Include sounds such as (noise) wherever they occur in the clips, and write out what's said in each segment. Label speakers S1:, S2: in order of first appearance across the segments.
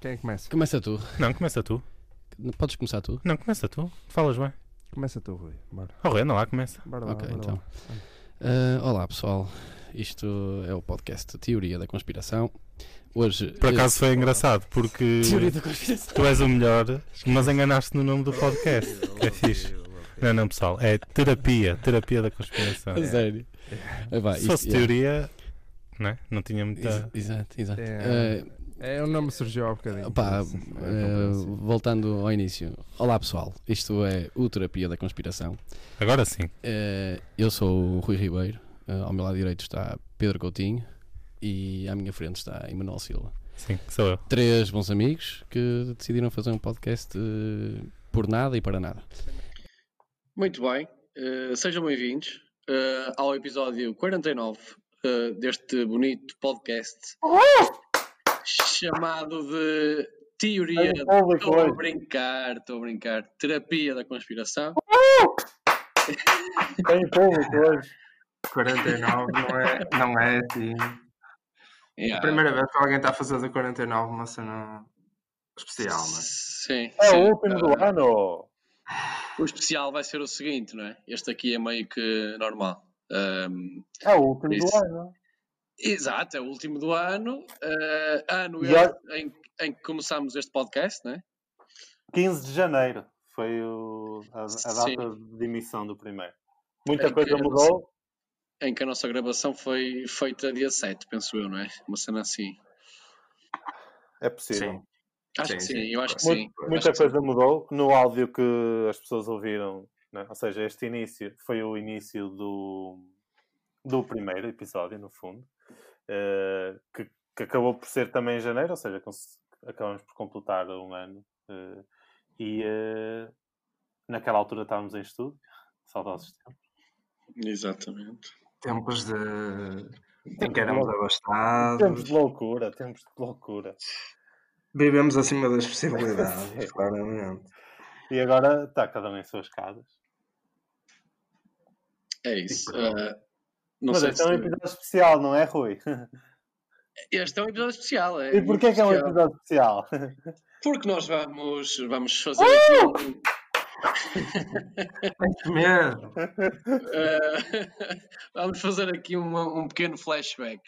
S1: Quem é que começa?
S2: Começa tu.
S3: Não, começa tu.
S2: Podes começar tu.
S3: Não, começa tu. Falas bem.
S1: Começa tu, Rui. Bora.
S3: Oh, Rui, anda lá, começa.
S1: Bora lá,
S2: Ok,
S1: bora
S2: então.
S1: lá.
S2: Ah, olá, pessoal. Isto é o podcast Teoria da Conspiração. Hoje.
S3: Por acaso foi engraçado, porque
S2: Teoria da Conspiração.
S3: tu és o melhor, mas enganaste no nome do podcast. É fixe. Não, não, pessoal. É terapia. Terapia da conspiração.
S2: A sério. Ah, vá,
S3: Se
S2: isto-
S3: fosse
S2: é.
S3: teoria, não é? Não tinha muita.
S2: Ex- Exato, exato.
S1: É.
S2: Ah,
S1: É, o nome surgiu há bocadinho.
S2: Opa,
S1: Isso, é
S2: eh,
S1: compreensível.
S2: voltando ao início. Olá pessoal, isto é o Terapia da Conspiração.
S3: Agora sim.
S2: Eh, eu sou o Rui Ribeiro, eh, ao meu lado direito está Pedro Coutinho e à minha frente está Emanuel Silva.
S3: Sim, sou eu.
S2: Três bons amigos que decidiram fazer um podcast eh, por nada e para nada.
S4: Muito bem, eh, sejam bem-vindos eh, ao episódio 49 eh, deste bonito podcast chamado de Teoria.
S5: Tem público
S4: Estou a
S5: hoje.
S4: brincar, estou a brincar. Terapia da conspiração.
S5: Tem público (laughs) hoje.
S6: 49 não é, não é assim.
S4: Yeah.
S6: A primeira vez que alguém está a fazer da 49 uma cena especial, mas
S4: Sim.
S5: É
S4: sim.
S5: o último do ano.
S4: O especial vai ser o seguinte, não é? Este aqui é meio que normal. Ahm,
S5: É o último
S4: Isso.
S5: do ano.
S4: exato, é o último do ano. eh, ano
S5: E olha-
S4: esse em, em que começámos este podcast, não é?
S5: 15 de janeiro foi o- a, a
S4: Sim.
S5: data de emissão do primeiro. Muita
S4: É
S5: coisa
S4: que-
S5: mudou.
S4: em que a nossa gravação foi feita dia 7, penso eu, não é? Uma cena assim.
S5: É possível.
S6: sim.
S4: Acho
S6: Sim,
S4: que sim,
S6: sim.
S4: eu acho que
S5: Mu-
S4: sim.
S5: Muita
S4: acho que sim.
S5: coisa mudou no áudio que as pessoas ouviram. né? Ou seja, este início foi o início do, do primeiro episódio, no fundo, eh, que, que acabou por ser também em janeiro, ou seja, cons- acabamos por completar um ano. eh, e eh, naquela altura estávamos em estúdio, saudosos tempos.
S4: Exatamente.
S6: Tempos de. em que éramos abastados,
S5: Tempos de loucura, tempos de loucura.
S6: vivemos acima das possibilidades, (laughs) claramente.
S5: E agora está cada um em suas casas.
S4: É isso.
S6: Sim,
S4: ah, não
S5: Mas
S4: sei
S5: este é um
S4: se-
S5: episódio especial, não é, Rui?
S4: Este é um episódio especial. É
S5: (laughs) E porquê
S4: muito
S5: que é um
S4: especial.
S5: episódio especial?
S4: Porque nós vamos, vamos fazer
S5: Ah!
S4: aqui um,
S6: É isso mesmo.
S4: ah, (laughs) vamos fazer aqui uma- um pequeno flashback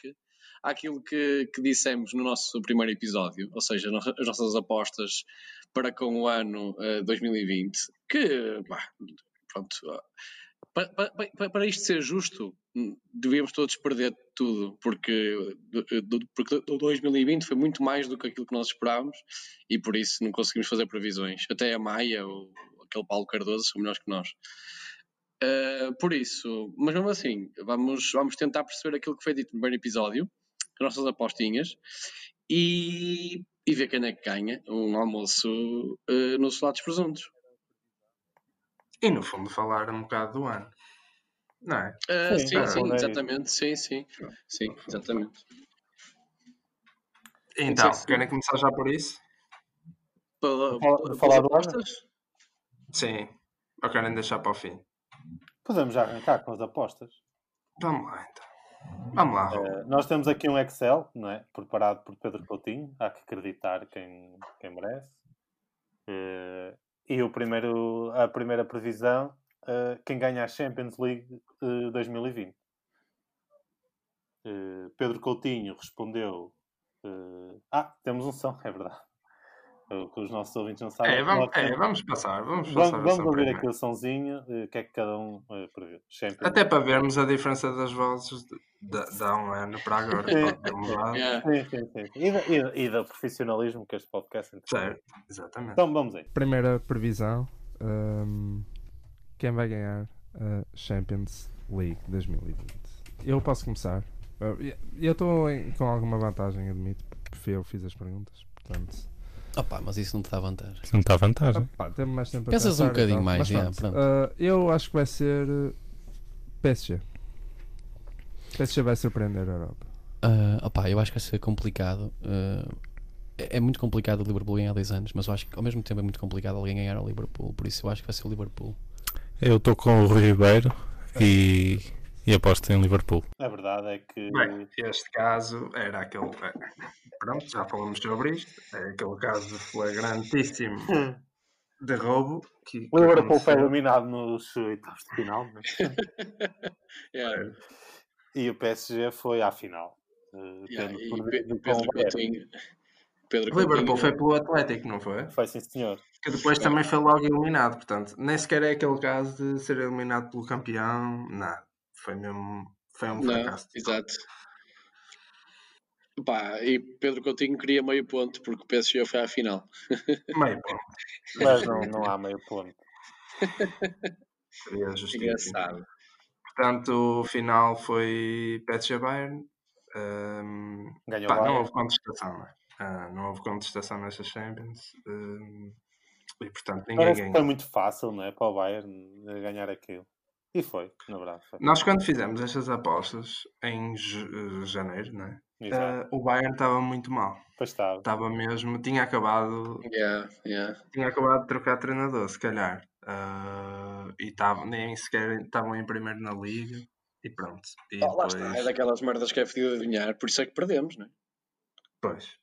S4: àquilo que, que dissemos no nosso primeiro episódio, ou seja, no- as nossas apostas para com o ano ah, 2020, que pá, pronto, ah, pa- pa- pa- pa- para, isto ser justo, hum, devíamos todos perder tudo, porque, ah, do- do- porque o 2020 foi muito mais do que aquilo que nós esperávamos e por isso não conseguimos fazer previsões. Até a Maia, ou aquele Paulo Cardoso, são melhores que nós. Uh, por isso, mas mesmo assim, vamos, vamos tentar perceber aquilo que foi dito no primeiro episódio, as nossas apostinhas, e, e ver quem é que ganha um almoço uh, no Solado dos Presuntos.
S6: E no fundo falar um bocado do ano. Não é?
S4: Uh,
S5: Sim,
S4: sim,
S6: ah,
S4: sim,
S5: ok.
S4: exatamente, sim, sim, sim, exatamente.
S6: Então,
S4: Sim, sim.
S6: querem começar já por isso?
S4: Pela-
S5: Fala-
S4: pelas
S5: falar do ano?
S4: apostas?
S6: Sim. Ou querem deixar para o fim?
S5: (laughs) Podemos já arrancar com as apostas.
S6: Vamos lá então. Vamos lá, Rui.
S5: Eh, nós temos aqui um Excel, não é? Preparado por
S6: Hum.
S5: Pedro Coutinho. Há que acreditar quem, quem merece. Eh, e o primeiro, a primeira previsão, eh, quem ganha a Champions League eh, 2020. Eh, Pedro Coutinho respondeu... eh, ah, temos um som, (laughs) é verdade. É O que os nossos ouvintes não sabem.
S6: É, vamos,
S5: Nós temos-
S6: é, vamos passar, vamos
S5: Vamos,
S6: passar.
S5: vamos
S6: essa
S5: ouvir
S6: primeira.
S5: aqui o sonzinho, eh, o que é que cada um eh, previu. Champions
S6: Até para vermos a diferença das vozes de- da da um ano para agora.
S5: Sim.
S6: pode ter mudado.
S4: Yeah.
S5: Sim, sim, sim. E, da- e da- e do profissionalismo que este podcast entrega.
S6: Certo, exatamente.
S5: Então vamos aí.
S1: é. Primeira previsão: hum, quem vai ganhar a Champions League 2020? Eu posso começar. Uh, Eu estou com alguma vantagem, admito, porque fui eu que fiz as perguntas. Portanto,
S2: Opa, mas isso não te dá vantagem.
S3: Isso não está à vantagem.
S1: ah, pá, temos mais tempo a
S2: Pensas
S1: pensar
S2: um
S1: e
S2: bocadinho
S1: tal.
S2: mais,
S1: Mas
S2: yeah,
S1: pronto,
S2: pronto.
S1: uh, eu acho que vai ser uh, PSG. PSG vai surpreender a Europa.
S2: Ah, opá, eu acho que vai ser complicado. ah, é, é muito complicado o Liverpool ganhar há 10 anos, mas eu acho que ao mesmo tempo é muito complicado alguém ganhar ao Liverpool, por isso eu acho que vai ser o Liverpool.
S3: Eu estou com o Rui Ribeiro e, E aposto em Liverpool.
S5: A verdade é que.
S6: Bem, este caso era aquele. é, Pronto, já falamos sobre isto. É aquele caso flagrantíssimo de roubo. Que, que
S5: O Liverpool foi
S6: aconteceu.
S5: eliminado nos oitavos de final, mas...
S4: Yeah,
S5: e o PSG foi à final. Uh,
S4: yeah,
S5: tendo
S4: e Pe-
S5: perdido com o
S4: Pedro
S5: Bayern.
S4: Coutinho. Pedro
S6: O Liverpool
S4: Coutinho.
S6: foi pelo Atlético, não foi?
S5: Foi sim, senhor.
S6: Que depois também foi logo eliminado, portanto, nem sequer é aquele caso de ser eliminado pelo campeão, nada. Foi mesmo. Foi um
S4: Não,
S6: fracasso.
S4: exato. Pá, e Pedro Coutinho queria meio ponto porque o PSG foi à final.
S6: Meio ponto.
S5: Mas não, não há meio ponto.
S6: Seria é justíssimo.
S4: Engraçado.
S6: Portanto, o final foi PSG Bayern. Ahm,
S5: Ganhou
S6: pá,
S5: lá.
S6: não houve contestação, não é? Ah, não houve contestação nestas Champions. ahm, e portanto ninguém
S5: Parece que
S6: ganhou.
S5: foi muito fácil, não é? Para o Bayern eh, ganhar aquilo. E foi, na verdade. Foi.
S6: Nós quando fizemos estas apostas em ja- janeiro, não é?
S5: Exato.
S6: Ah, o Bayern estava muito mal.
S5: Pois estava.
S6: Estava mesmo, tinha acabado,
S4: Yeah, yeah.
S6: tinha acabado de trocar treinador, se calhar. Ah, e tava, nem sequer estavam em primeiro na liga. E pronto. E
S4: Ah, lá está, é
S6: depois,
S4: daquelas merdas que é fedido adivinhar, por isso é que perdemos, não é?
S6: depois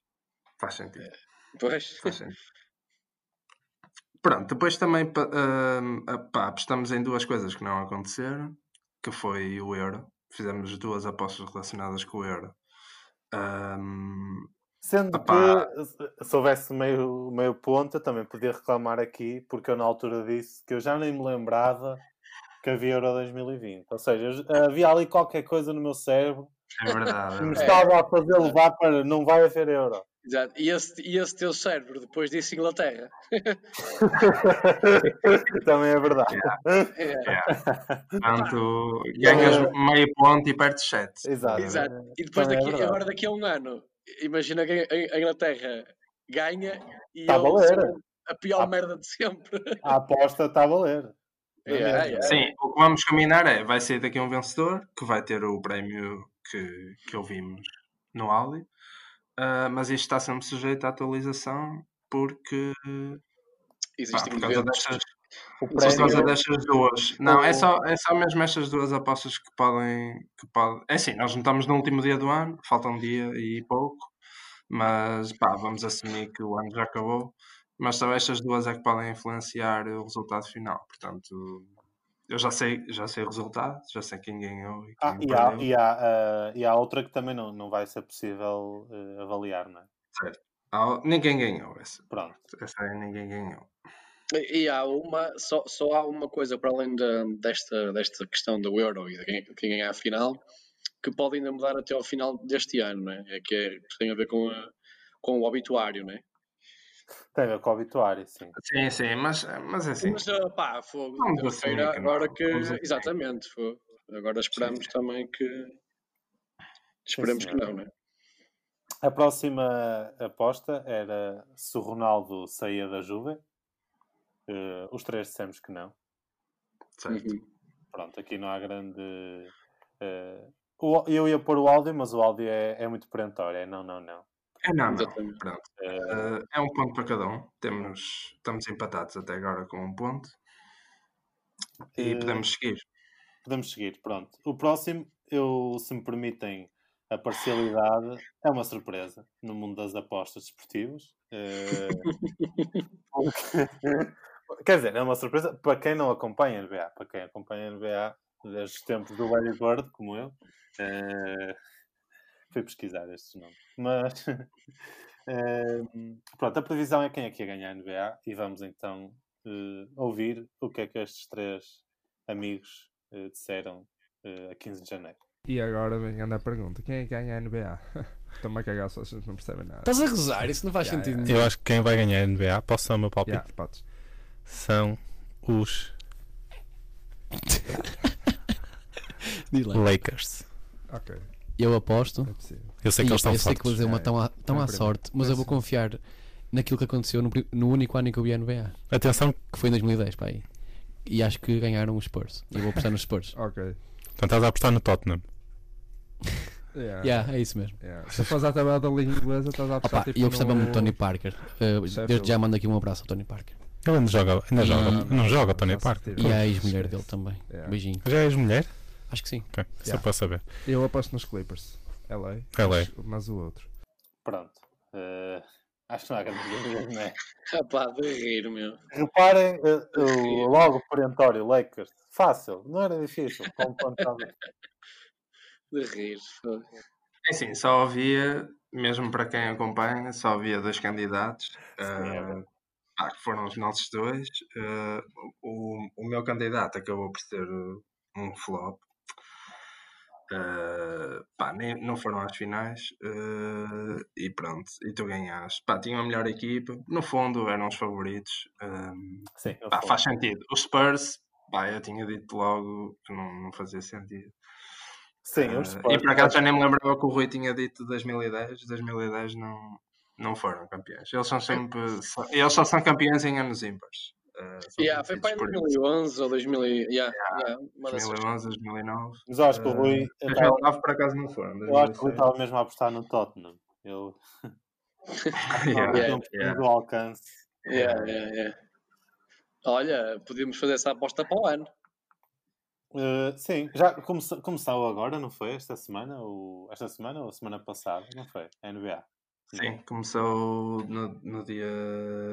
S6: faz sentido.
S4: Pois.
S6: Faz sentido. Pronto, depois também pa- ahm, ah, pá, apostamos em duas coisas que não aconteceram, que foi o euro. Fizemos duas apostas relacionadas com o euro. Hum, Ahm,
S5: Sendo
S3: Uh,
S6: Opá.
S5: que se- se houvesse meio, meio ponto, eu também podia reclamar aqui, porque eu na altura disse que eu já nem me lembrava que havia Euro 2020. Ou seja, eu j- havia ali qualquer coisa no meu cérebro
S6: é verdade. é
S5: que me
S6: verdade.
S5: estava a fazer levar para não vai haver Euro.
S4: (laughs) Exato. E, esse, e esse teu cérebro depois disse Inglaterra?
S5: também é verdade.
S4: É,
S6: Portanto, ganhas meio ponto e perdes 7.
S5: Exato.
S4: exato. E depois
S5: Também é
S4: daqui,
S5: verdade.
S4: agora daqui a um ano, imagina que a a Inglaterra ganha e
S5: Tá a
S4: eu
S5: valer.
S4: sou a pior
S6: Ah.
S5: Tá-
S4: merda de sempre.
S5: A aposta está a valer.
S4: Yeah, yeah.
S6: É Sim, o que vamos combinar é, vai sair daqui um vencedor, que vai ter o prémio que, que ouvimos no áudio, ah, mas isto está sempre sujeito à atualização, porque pá,
S4: Existem
S6: Ah, por causa
S4: eventos.
S6: destas,
S5: O
S6: por causa
S5: prémio-
S6: destas duas. Não, é só, é só mesmo estas duas apostas que podem, que podem. É assim, nós não estamos no último dia do ano, falta um dia e pouco, mas pá, vamos assumir que o ano já acabou. Mas só estas duas é que podem influenciar o resultado final. Portanto, eu já sei, já sei o resultado, já sei quem ganhou e quem
S5: Ah, e, há,
S6: perdeu.
S5: e, há, ah, e há outra que também não, não vai ser possível eh, avaliar, não é?
S6: Ah, Ninguém ganhou essa.
S5: Pronto.
S6: Essa aí ninguém ganhou.
S4: E e há uma, só, só há uma coisa para além da- desta, desta questão do Euro e de quem, quem ganhar a final, que pode ainda mudar até ao final deste ano, não é? É que é- que tem a ver com, a- com o obituário, não é?
S5: Tem a ver com o obituário, sim.
S6: Sim, sim, mas, mas é assim.
S4: Mas ah, pá, fogo,
S6: Vamos
S4: eu
S6: assumir
S4: queira
S6: que não,
S4: agora que.
S6: vamos assumir.
S4: Exatamente, fogo. agora esperamos também que. Esperamos que
S5: senhor.
S4: não, não é?
S5: A próxima aposta era se o Ronaldo saía da Juve. Eh, os três dissemos que não.
S6: Certo.
S4: Uhum.
S5: Pronto, aqui não há grande. eh, o- eu ia pôr o áudio, mas o áudio é, é muito perentório. É não, não, não.
S6: É, não, não.
S4: Exatamente.
S6: Pronto.
S5: Eh,
S6: Uh, é um ponto para cada um. Temos, estamos empatados até agora com um ponto. E
S5: Eh,
S6: podemos seguir.
S5: Podemos seguir, pronto. O próximo, eu, se me permitem a parcialidade, é uma surpresa no mundo das apostas desportivas. Eh, (laughs) Quer dizer, é uma surpresa para quem não acompanha a NBA, para quem acompanha a NBA desde os tempos do Larry Bird, como eu. eh, fui pesquisar estes nomes. Mas (laughs) eh, pronto, a previsão é quem é que ia ganhar a NBA e vamos então eh, ouvir o que é que estes três amigos eh, disseram eh, a 15 de janeiro.
S1: E agora vem a grande pergunta: quem é que ganha a (laughs) NBA? Estão-me a cagar, só vocês não percebem nada.
S2: Estás a gozar, isso não faz
S1: Yeah,
S2: sentido
S3: Eu acho que quem vai ganhar a NBA, posso dar o meu palpite?
S1: Yeah, podes.
S3: São os
S2: nenhum. Diz lá.
S3: Lakers.
S1: Ok,
S2: Eu aposto.
S1: é possível.
S3: Eu sei
S2: e,
S3: que eles estão
S2: eu sei que
S3: fortes.
S2: vou dizer uma
S1: É,
S2: tão, à, tão
S1: é
S2: à
S1: um
S2: sorte, mas eu vou
S1: Parece-
S2: confiar naquilo que aconteceu no, pri- no único ano em que eu vi a NBA,
S3: Atenção,
S2: que foi em 2010, pá aí. E acho que ganharam os Spurs. E eu vou apostar nos Spurs. (laughs)
S1: Ok.
S3: então estás a apostar no Tottenham.
S1: Yeah,
S2: yeah, é isso mesmo.
S1: yeah. Se fores à tabela da Liga Inglesa, estás a apostar
S2: Opa,
S1: tipo
S2: eu gostava
S1: no-
S2: muito do Tony Parker. Uh,
S1: Sheffield.
S2: desde já mando aqui um abraço ao Tony Parker.
S3: Ele ainda joga, ainda
S2: Não,
S3: joga, não,
S1: não,
S3: joga
S1: não,
S3: Tony
S1: já se
S3: Parker.
S1: retirou.
S2: E
S1: Pois,
S2: à ex-mulher
S1: esquece.
S2: dele também.
S1: Yeah.
S2: Beijinho.
S3: Já és mulher?
S2: Acho que sim.
S3: Ok, Só
S1: Yeah.
S3: para saber.
S1: Eu aposto nos Clippers. LA.
S3: LA.
S1: Mas, mas o outro.
S5: Pronto. Eh, acho que não há grande dúvida, não é?
S4: Rapá, Ah, de rir, meu.
S5: Reparem, eh, o logo perentório Lakers. Fácil, não era difícil. Com um ponto estava-
S4: De rir. fogo.
S6: É assim, só havia, mesmo para quem acompanha, só havia dois candidatos.
S5: é
S6: ah, ah, que foram os nossos dois. Ah, o, o meu candidato acabou por ser uh, um flop. Ah, pá, nem- não foram às finais ah, e pronto, e tu ganhaste. Pá, tinha a melhor equipa, no fundo eram os favoritos. ah,
S5: Sim, eu
S6: Pá,
S5: falo.
S6: faz sentido. Os Spurs, pá, eu tinha dito logo que não, não fazia sentido.
S5: Sim,
S6: Ah,
S5: os Spurs.
S6: e por acaso já nem me lembrava que o Rui tinha dito 2010. 2010 não, não foram campeões. Eles são sempre. só- eles só são campeões em anos ímpares. Ah, são
S4: Yeah, foi
S6: conhecidos
S4: para em
S6: por isso.
S4: 2011 ou 2000. e- Yeah, yeah, um, uma dessas-
S6: 2011, 2009.
S5: Mas eu acho que o
S6: Eh,
S5: Rui. eu tava-
S6: 2009 por acaso não foram.
S5: Então, Eu acho que o Rui
S6: 2006.
S5: estava mesmo a apostar no Tottenham. Ele
S6: (laughs)
S5: não,
S6: Yeah,
S5: não
S6: yeah.
S5: do alcance.
S4: Yeah, yeah, yeah. Olha, podíamos fazer essa aposta para o ano.
S5: Eh, sim, já começou, começou agora, não foi? Esta semana? Ou, esta semana ou semana passada? Não foi? A NBA.
S6: Sim, começou no, no dia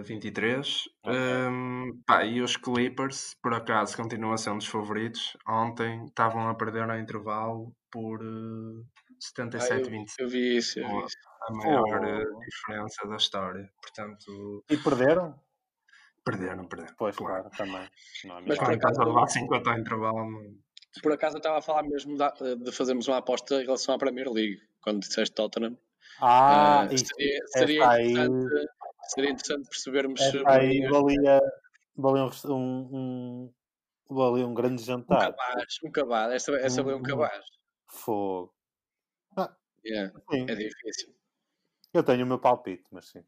S6: 23.
S5: Ok.
S6: Hum, pá, e os Clippers, por acaso, continuam a ser um dos favoritos. Ontem estavam a perder ao intervalo por eh,
S4: Ah, eu,
S6: 77-25,
S4: eu vi isso. Eu vi
S6: Boa.
S4: isso.
S6: a maior
S5: Oh.
S6: eh, diferença da história. Portanto,
S5: E perderam?
S6: perderam, perderam.
S5: Pois,
S6: claro.
S5: claro, também. Não é
S4: Mas
S6: Por
S5: milagre.
S6: acaso, lá 50 ao intervalo. não-
S4: Por acaso eu estava a falar mesmo da- de fazermos uma aposta em relação à Premier League, quando disseste Tottenham.
S5: Ah,
S4: Ah,
S5: isso.
S4: seria, seria
S5: essa aí-
S4: interessante, seria interessante percebermos se um
S5: Essa É aí
S4: Mourinho-
S5: valia, valia um, rest- um, um, valia um grande
S4: um
S5: jantar.
S4: cabaz, um cabaz. Essa, essa
S5: Hum.
S4: é um cabaz.
S5: Fogo.
S4: Yeah,
S5: Sim,
S4: é difícil.
S5: eu tenho o meu palpite, mas sim.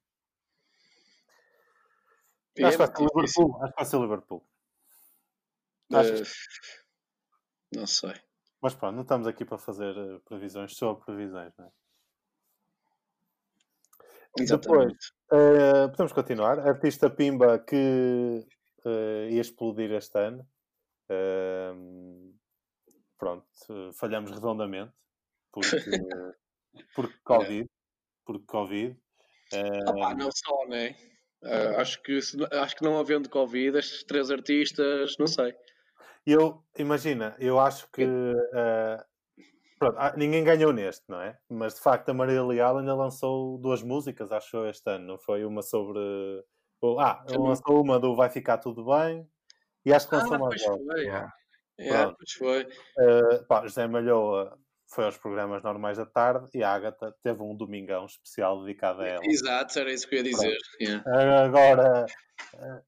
S4: E
S5: acho, que
S4: é
S5: vai ser o
S4: difícil.
S5: Liverpool. acho que vai ser o Liverpool. Acho que-
S4: Eh, Não sei.
S5: Mas pronto, não estamos aqui para fazer eh, previsões, só previsões, não é?
S4: Exatamente.
S5: Eh, podemos continuar. Artista Pimba que eh, ia explodir este ano. Ehm, pronto, eh, falhamos redondamente
S4: (laughs)
S5: porque, porque Covid. Porque Covid.
S4: Ah, pá, não só, né? Ah, acho, que, se- acho que não havendo Covid, estes três artistas, não sei.
S5: Eu, imagina, eu acho que eh, pronto, ah, ninguém ganhou neste, não é? Mas de facto a Maria Leal ainda lançou duas músicas, acho eu, este ano, não foi? Uma sobre. ou- ah,
S4: Sim.
S5: lançou uma do Vai Ficar Tudo Bem e acho que
S4: Ah,
S5: lançou uma
S4: pois
S5: agora.
S4: foi.
S6: Yeah.
S4: Yeah,
S5: é? Pronto.
S4: pois foi.
S5: Eh, pá, José Malhoa foi aos programas normais da tarde e a Ágata teve um domingão especial dedicado a ela.
S4: Exato, era isso que eu ia dizer. É, Yeah.
S5: Agora, eh,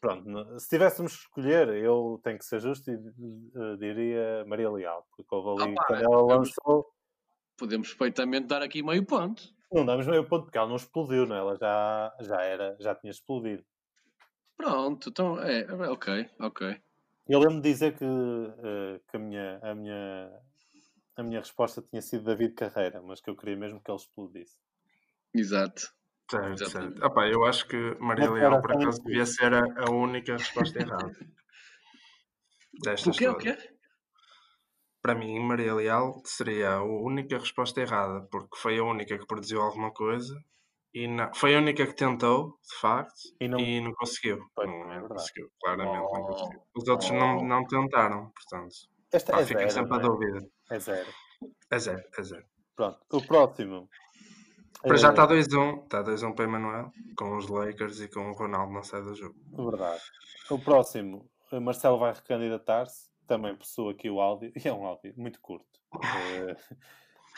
S5: pronto, no- se tivéssemos que escolher, eu tenho que ser justo e eh, diria Maria Leal, porque houve ali
S4: Opa,
S5: quando ela
S4: vamos-
S5: lançou,
S4: Podemos perfeitamente dar aqui meio ponto.
S5: não damos meio ponto, porque ela não explodiu, não é? ela já, já era, já tinha explodido.
S4: Pronto, então é, é, ok, ok.
S5: Eu lembro de dizer que, eh, que a, minha, a, minha, a minha resposta tinha sido David Carreira, mas que eu queria mesmo que ele explodisse.
S4: Exato.
S6: Certo,
S4: Exatamente.
S6: certo. Ah, pá, eu acho que Maria
S5: Mas
S6: Leal,
S5: era
S6: por
S5: só
S6: acaso,
S5: isso.
S6: devia ser a, a única resposta errada.
S4: O
S6: Destas
S4: quê, o é?
S6: todas.
S4: quê?
S6: Para mim, Maria Leal seria a única resposta errada, porque foi a única que produziu alguma coisa e não- foi a única que tentou, de facto,
S5: E não,
S6: e não conseguiu.
S5: Pois,
S6: não,
S5: é
S6: não
S5: verdade.
S6: conseguiu, claramente não
S4: Oh,
S6: conseguiu. Os outros não,
S4: oh.
S6: não tentaram, portanto.
S5: esta
S6: Pá,
S5: é
S6: fica
S5: zero,
S6: sempre a
S5: não é?
S6: dúvida.
S5: é zero.
S6: É zero, é zero.
S5: Pronto, o próximo.
S6: Para já
S5: Eh,
S6: está 2-1, está 2-1 para Emanuel, com os Lakers e com o Ronaldo na saída do jogo.
S5: É Verdade. O próximo, eh, Marcelo vai recandidatar-se. Também possui aqui o áudio. (laughs) E é um áudio muito curto. Eh,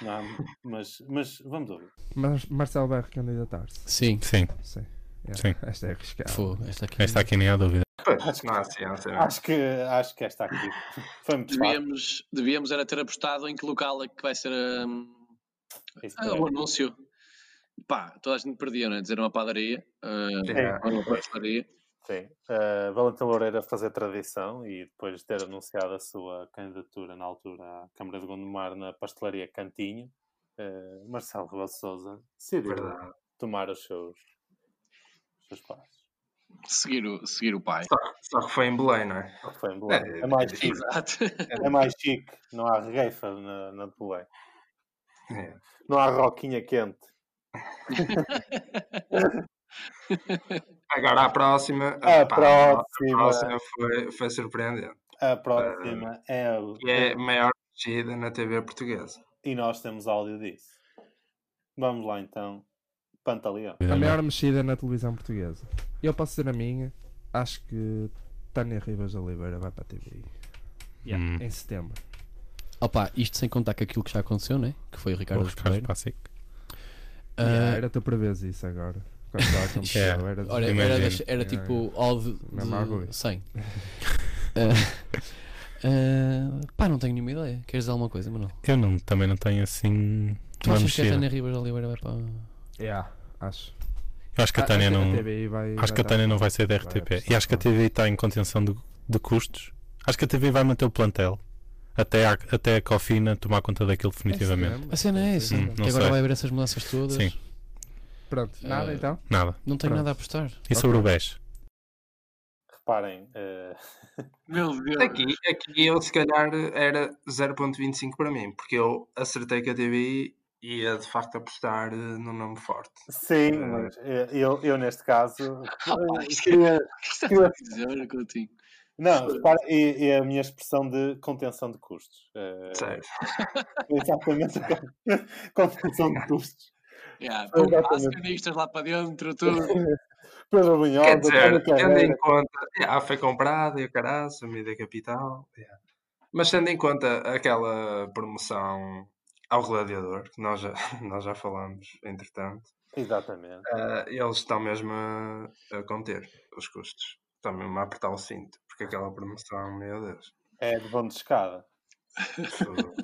S5: não há mu- mas, mas vamos ouvir.
S1: Mas Marcelo vai recandidatar-se.
S2: Sim.
S3: Sim,
S1: Sim. Yeah.
S3: Sim.
S1: Esta é arriscada.
S2: Fogo, esta aqui.
S3: esta aqui nem há dúvida.
S6: Pois, não há ciência, não é?
S5: Acho que, acho que esta aqui foi muito fácil.
S4: Devíamos, devíamos era ter apostado em que local é que vai ser hum,
S5: Isso
S4: ah, o anúncio. Pá, toda a gente perdia, não é? Dizer uma padaria, ah,
S6: Yeah.
S4: ou uma pastelaria.
S5: Sim. Eh, Valentim Loureira fazer tradição e depois de ter anunciado a sua candidatura na altura à Câmara de Gondomar na pastelaria Cantinho, eh,
S6: é
S5: Marcelo Rebelo de Souza decidiu
S6: Verdade.
S5: tomar os seus, os seus passos.
S4: Seguir o, seguir o pai.
S6: Só que foi em Belém, não é?
S5: Foi em Belém.
S6: É,
S5: É mais
S6: é
S5: chique.
S4: Exato. (laughs)
S5: É mais chique. Não há regueifa na, na de Belém.
S6: É.
S5: Não há roquinha quente.
S6: Agora a próxima.
S5: A
S6: pá,
S5: próxima.
S6: a próxima foi, foi surpreendente.
S5: A próxima é. o-
S6: E é a maior mexida na TV portuguesa.
S5: E nós temos áudio disso. Vamos lá então. Pantaleão.
S2: é
S1: A maior mexida na televisão portuguesa. Eu posso ser a minha. Acho que Tânia Ribas de Oliveira vai para a TV. Yeah,
S3: Hum.
S1: Em setembro.
S2: Opa, isto sem contar com aquilo que já aconteceu, né? Que foi o Ricardo
S3: Vou
S2: dos
S3: ficar
S2: Pereira.
S3: para a SIC.
S2: Ah,
S1: Yeah, era tu prevês isso agora. Quando estava a
S2: (laughs)
S1: acontecer,
S3: Yeah.
S1: era
S2: Olha,
S1: desesperado.
S2: era,
S3: Imagino.
S2: das- era tipo all de,
S1: Na Marvel.
S2: de (laughs) 100. Ah, ah, pá, não tenho nenhuma ideia. Queres dizer alguma coisa, Manuel?
S3: Eu não, também não tenho assim.
S2: Tu
S3: Uma
S2: achas que a
S3: mexida.
S2: Tânia Ribas de Oliveira vai para.
S1: Yeah, acho.
S3: Eu
S2: Ah,
S3: acho que a Tânia não.
S1: TVI vai, É
S3: Acho que a
S1: vai
S3: Tânia
S1: dar-
S3: não tá vai ser da
S1: vai
S3: RTP.
S1: apostar
S3: E acho que a
S1: só.
S3: TV está em contenção de, de custos. Acho que a TV vai manter o plantel. Até a, até a Cofina tomar conta daquilo definitivamente.
S1: É
S2: A cena é essa.
S1: Hum,
S2: que
S3: não
S2: agora
S3: sei.
S2: vai haver essas mudanças todas.
S3: Sim.
S1: Pronto, nada
S2: Eh,
S1: então.
S3: Nada.
S2: Não tenho
S1: Pronto.
S2: nada a apostar.
S3: E sobre o BES?
S5: Reparem, eh, (laughs)
S4: Meu Deus.
S6: Aqui, aqui eu, se calhar, era 0.25 para mim, porque eu acertei que a TV ia de facto apostar eh, no nome forte.
S5: sim,
S6: Eh.
S5: mas eh, eu, eu neste caso.
S4: Opa, isto é-
S5: queria-
S4: O (laughs) que estás a dizer, Coutinho?
S5: Não, reparem, e, e a minha expressão de contenção de custos. Eh,
S6: Certo.
S5: Exatamente. a (laughs) Contenção de
S6: (laughs)
S5: custos.
S4: Yeah,
S5: Foi
S4: pô,
S5: exatamente.
S4: acionistas lá para dentro, tudo.
S5: Pedro Bunhol,
S6: Quer
S5: António
S6: dizer, tendo
S5: Carreira.
S6: em conta. Yeah, foi comprado e o caraço, a mídia capital. yeah. Mas tendo em conta aquela promoção ao gladiador, que nós já, (laughs) nós já falamos, entretanto,
S5: Exatamente.
S6: eh, eles estão mesmo a, a conter os custos. Estão mesmo a apertar o cinto, porque aquela promoção, meu Deus.
S5: É de bom de escada.
S6: fogo.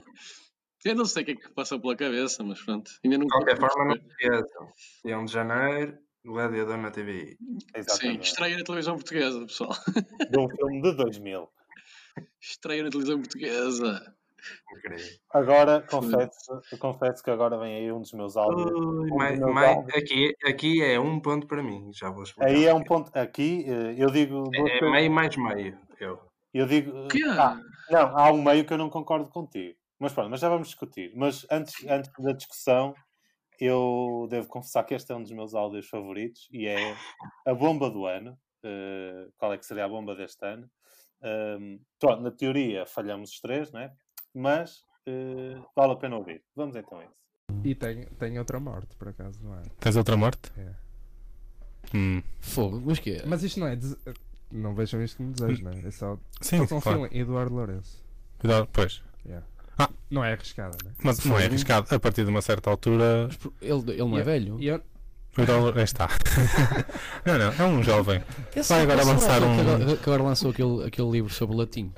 S4: Eu não sei o que é que passou pela cabeça, mas pronto. Ainda
S6: De
S4: nunca.
S6: qualquer forma, não esqueçam. Dia 1 de janeiro, Gladiador na TVI.
S4: Sim,
S5: Exatamente.
S4: estreia na televisão portuguesa, pessoal. (laughs)
S5: De um filme de 2000.
S4: Estreia na televisão portuguesa.
S6: Incrível.
S5: Agora, confesso, eu confesso que agora vem aí um dos meus áudios.
S6: Mas,
S5: meu
S6: mas
S5: Deus.
S6: aqui, aqui é um ponto para mim, já vou explicar.
S5: Aí é um
S6: porquê.
S5: ponto. Aqui, eh, eu digo. duas
S6: É
S5: coisas.
S6: meio mais meio. Eu.
S5: Eu digo.
S4: Que é?
S5: ah, não, há um meio que eu não concordo contigo. Mas pronto, mas já vamos discutir. Mas antes, antes da discussão, eu devo confessar que este é um dos meus áudios favoritos e é a bomba do ano. Eh, qual é que seria a bomba deste ano? Ahm, pronto, na teoria falhamos os três, não é? Mas eh, vale a pena ouvir. Vamos então a isso.
S1: E tem, tem outra morte, por acaso, não é?
S2: Ah.
S3: Tens outra morte?
S1: É.
S3: Hum.
S2: Fogo, mas que é?
S1: Mas isto não é. dese- Não vejam isto como desejo, não é? É só.
S3: Sim,
S1: só
S3: claro.
S1: confiam em Eduardo Lourenço.
S3: Cuidado, pois.
S1: Não é arriscada, não é?
S2: Hum.
S3: Mas não é
S2: Fogo.
S3: arriscado. A partir de uma certa altura,
S2: Mas por- ele, ele não é
S1: Eu-
S2: velho?
S1: E eu,
S3: o dólar. Aí (laughs) está. não, não, é um jovem.
S2: Esse- é
S3: Vai agora
S2: esse
S3: lançar
S2: buraco
S3: um-
S2: Que agora, que agora lançou aquele, aquele livro sobre latim.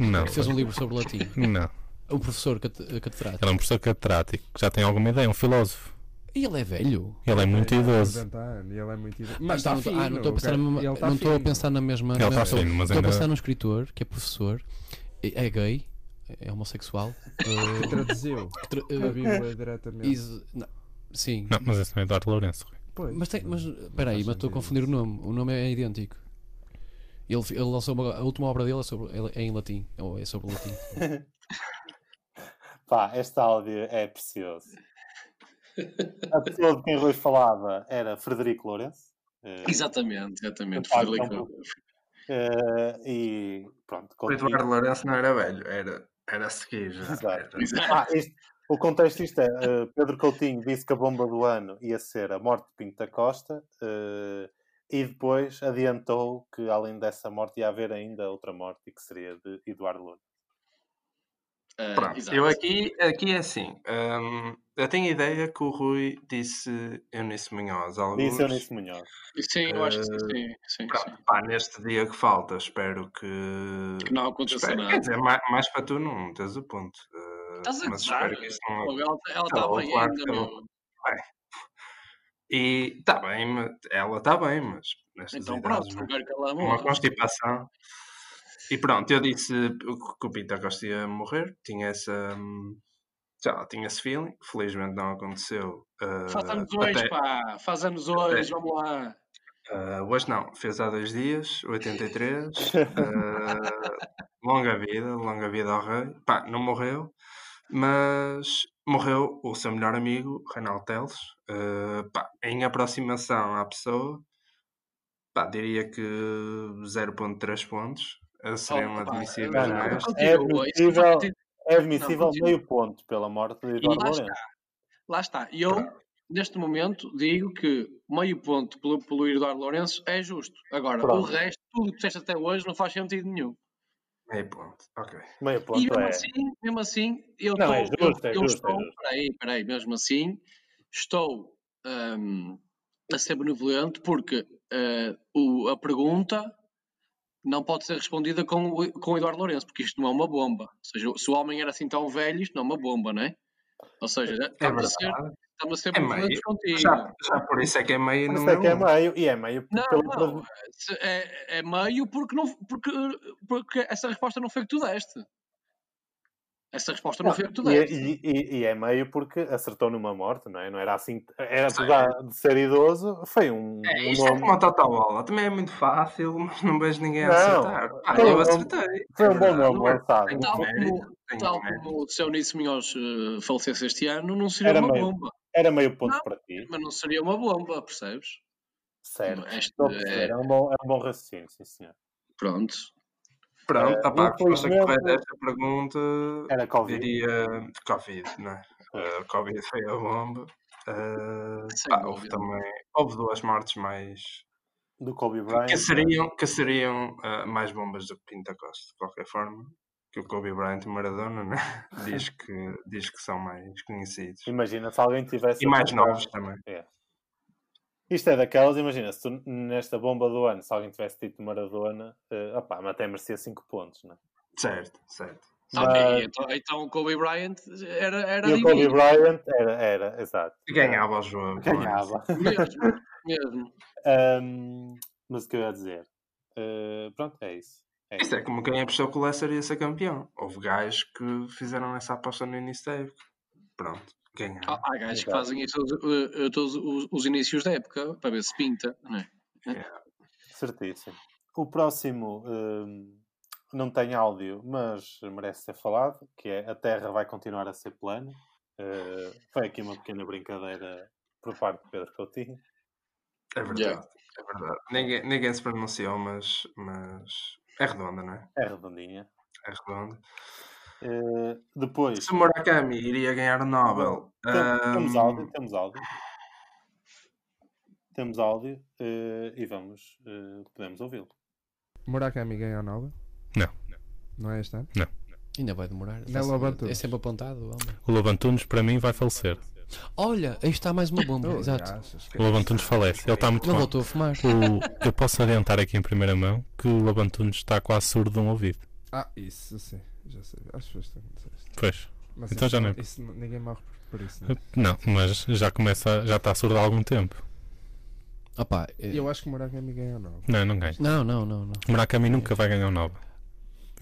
S3: Não.
S2: Que fez um livro sobre latim.
S3: Não.
S2: Um professor cate- catedrático.
S3: Ele é um professor catedrático que já tem alguma ideia, é um filósofo.
S2: E ele é velho?
S3: Ele é muito idoso.
S1: 90 anos, e ele é muito idoso.
S2: Ah,
S1: Mas está
S2: não tô-
S1: fino,
S2: ah, não estou a pensar,
S1: ok?
S2: na mesma-
S1: Ele tá
S2: não estou a
S1: fino.
S2: pensar na mesma.
S3: Ele
S2: na
S3: está
S2: mesma pessoa.
S3: fino, mas
S2: Estou a
S3: ainda.
S2: pensar num escritor que é professor, é é gay, é homossexual. eh,
S1: Traduziu
S2: que tra-
S1: a
S2: eh, (laughs)
S1: Bíblia diretamente.
S2: is- não, sim.
S3: Não, mas esse não é Eduardo Lourenço. Rui.
S1: Pois.
S2: Mas, tem, mas espera aí,
S1: faz
S2: mas estou a
S1: Tá sentido
S2: confundir o
S1: isso.
S2: nome. O nome é idêntico. Ele, fi- ele lançou uma- a última obra dele é, sobre, é em latim. Ou é sobre latim.
S5: Pá, este áudio é precioso. A pessoa de quem Rui falava era Frederico Lourenço. Eh,
S4: Exatamente, exatamente.
S5: Epá,
S4: Foi ali que
S5: então,
S4: eu-
S5: eh, e pronto,
S6: O
S5: contigo.
S6: Eduardo Lourenço não era velho, era, era a seguir. já.
S5: Exato.
S6: Era-
S4: Exato. (laughs)
S5: Ah, este- o contexto isto é, eh, Pedro Coutinho disse que a bomba do ano ia ser a morte de Pinto da Costa eh, e depois adiantou que além dessa morte ia haver ainda outra morte e que seria de Eduardo Lula.
S4: Ah,
S6: Pronto,
S4: exato.
S6: eu aqui, aqui é assim. hum, eu tenho ideia que o Rui disse Eunice Munhoz. alguns.
S5: Disse eu nisso melhor.
S4: Sim, eu acho que sim, sim, sim, sim.
S6: Eh, Pronto, pá, neste dia que falta, espero que. é
S4: Que não aconteça
S6: Espero-
S4: nada.
S6: Quer dizer, mais, mais para tu não tens o ponto. eh,
S4: Estás a
S6: mas
S4: gozar?
S6: espero que isso não-
S4: Fogo, Ela ela
S6: Tá
S4: está
S6: bom,
S4: bem
S6: claro
S4: ainda,
S6: que tá
S4: meu.
S6: E está bem, mas- ela está bem, mas nestas
S4: Então pronto,
S6: idades, não é?
S4: não quero que ela
S6: uma
S4: morra.
S6: constipação. E pronto, eu disse que o Pinta Costa ia morrer, tinha essa. hum, Sei lá, tinha esse feeling, felizmente não aconteceu. eh,
S4: Faz anos hoje,
S6: até-
S4: pá. Faz anos hoje, vamos lá.
S6: Ah, hoje não, fez há dois dias, 83. Ah, longa vida, longa vida ao rei. Pá, não morreu, mas morreu o seu melhor amigo, Reinaldo Teles. Ah, pá, em aproximação à pessoa, pá, diria que 0.3 pontos. Ah, Seriam
S4: Opa,
S6: admissíveis
S5: não, não,
S6: mais.
S4: continua,
S5: É
S4: isso
S5: possível-
S4: vai continuar.
S5: É admissível
S4: Não, continua.
S5: meio ponto pela morte de Eduardo
S4: lá
S5: Lourenço.
S4: Lá está. E eu, neste momento, digo que meio ponto pelo, pelo Eduardo Lourenço é justo. Agora, o
S5: Pronto.
S4: resto, tudo que disseste até hoje, não faz sentido nenhum.
S6: Meio ponto, ok.
S5: Meio
S4: E
S5: ponto
S4: mesmo
S5: é.
S4: assim, mesmo assim, eu
S5: Não,
S4: estou.
S5: é justo,
S4: eu,
S5: é
S4: eu
S5: justo, é
S4: estou.
S5: justo.
S4: Peraí, peraí, mesmo assim, estou hum, a ser benevolente porque eh, o- a pergunta não pode ser respondida com, o- com o Eduardo Lourenço, porque isto não é uma bomba. Ou seja, se o homem era assim tão velho, isto não é uma bomba, não é? Ou seja, estamos, a, ser,
S6: É, verdade.
S4: estamos a ser
S6: É meio.
S4: benevolentes contigo.
S6: Já, já por isso é que é meio
S5: Mas
S6: número
S5: é que é
S6: um.
S5: meio, e é meio
S4: Não,
S5: pelo
S4: não, se- é, é meio porque, não, porque, porque essa resposta não foi que tu deste. Essa resposta não, foi que tu
S5: E,
S4: deste.
S5: e- e- e é meio porque acertou numa morte, não é? Não era assim. Era
S6: Sim.
S5: apesar de ser idoso, foi um,
S6: É,
S5: um
S6: isto é
S5: nome.
S6: como a Tata Bola, também é muito fácil, (laughs) mas não vejo ninguém a
S5: Não.
S6: acertar. Ah,
S5: Foi
S6: eu
S5: um-
S6: acertei.
S5: Foi um bom
S6: Não,
S5: nome,
S6: não é.
S5: lançado.
S6: Tem
S4: Tal
S6: mérito,
S4: como-
S6: tem
S4: Tal
S6: mérito.
S4: como o seu Nisso Minhoz eh, falecesse este ano, não seria
S5: Era
S4: uma
S5: meio.
S4: bomba.
S5: Era meio ponto
S4: Não.
S5: para ti,
S4: Mas não seria uma bomba, percebes?
S5: certo?
S4: Este
S5: Estou a perceber,
S6: eh,
S4: é-
S5: é um bom, é um bom raciocínio, sim senhor.
S4: Pronto.
S6: Pronto, tá, pá, a resposta
S5: Eh, infelizmente-
S6: correta a esta pergunta
S5: Era Covid.
S6: diria Covid, né? Eh, Covid foi a bomba. Eh,
S4: Sem
S6: pá, houve
S4: dúvida.
S6: também houve duas mortes mais
S5: Do Kobe
S6: que
S5: Bryant.
S6: seriam, que seriam eh, mais bombas do que Pinta Costa, de qualquer forma. Que o Kobe Bryant e o Maradona né? diz, que, diz que são mais conhecidos
S5: é? Imagina se alguém tivesse.
S6: e mais novos também.
S5: Isto é daquelas, imagina, se tu nesta bomba do ano, se alguém tivesse dito Maradona, eh, opá, mas até merecia 5 pontos, não é?
S6: Certo, certo.
S4: Ok, então, então o Kobe Bryant era, era
S5: E o Kobe
S4: divino.
S5: Bryant era, era, exato.
S6: Ganhava o jogo. não é?
S5: Ganhava.
S4: Mesmo, mesmo.
S5: Ahm, mas o que eu ia dizer? Eh, pronto, é isso. É
S6: Isto é como quem apostou que o Leicester ia ser campeão. Houve gajos que fizeram essa aposta no início da época. Pronto, ganharam.
S4: Há, há gajos que
S5: Exato.
S4: fazem isso todos, eh, eh, todos os, os inícios da época, para ver se pinta, não é?
S5: Certíssimo. O próximo hum, não tem áudio, mas merece ser falado, que é a Terra vai continuar a ser plana. Eh, foi aqui uma pequena brincadeira por parte de Pedro Coutinho.
S6: É verdade,
S4: Yeah.
S6: é verdade. Ninguém, ninguém se pronunciou, mas, mas é redonda, não é?
S5: É redondinha.
S6: É redonda.
S5: Eh, depois,
S6: Se o Murakami iria ganhar o Nobel,
S5: tem- temos
S6: hum,
S5: áudio, temos áudio. Temos áudio eh, e vamos, eh, podemos ouvi-lo.
S1: Murakami ganha a nova?
S3: Não.
S1: Não é este ano?
S2: Ainda vai demorar.
S1: Não é
S2: Tá-
S1: Lobantunes.
S2: é sempre apontado. o homem.
S3: O Lobantunes, para mim, vai falecer.
S2: Olha, aí está mais uma bomba.
S1: Oh,
S2: Exato.
S1: graças,
S3: O Lobantunes falece. Ele está muito
S2: Não
S3: mal.
S2: voltou a fumar.
S3: O- Eu posso adiantar aqui em primeira mão que o Lobantunes está quase surdo de um ouvido.
S1: Ah, isso, eu sei. Já sei. Acho que foste tu que disseste.
S3: Pois.
S1: Mas
S3: Então
S1: isso
S3: já
S1: não-
S3: não-
S1: isso não- ninguém morre por- por isso. Né?
S3: Não, mas já começa, já está surdo há algum tempo.
S2: Opa, eh,
S1: E eu acho que o Murakami ganha a nova.
S3: Não, não ganha.
S2: Não, não, não, não.
S3: O Murakami nunca vai ganhar o Nobel.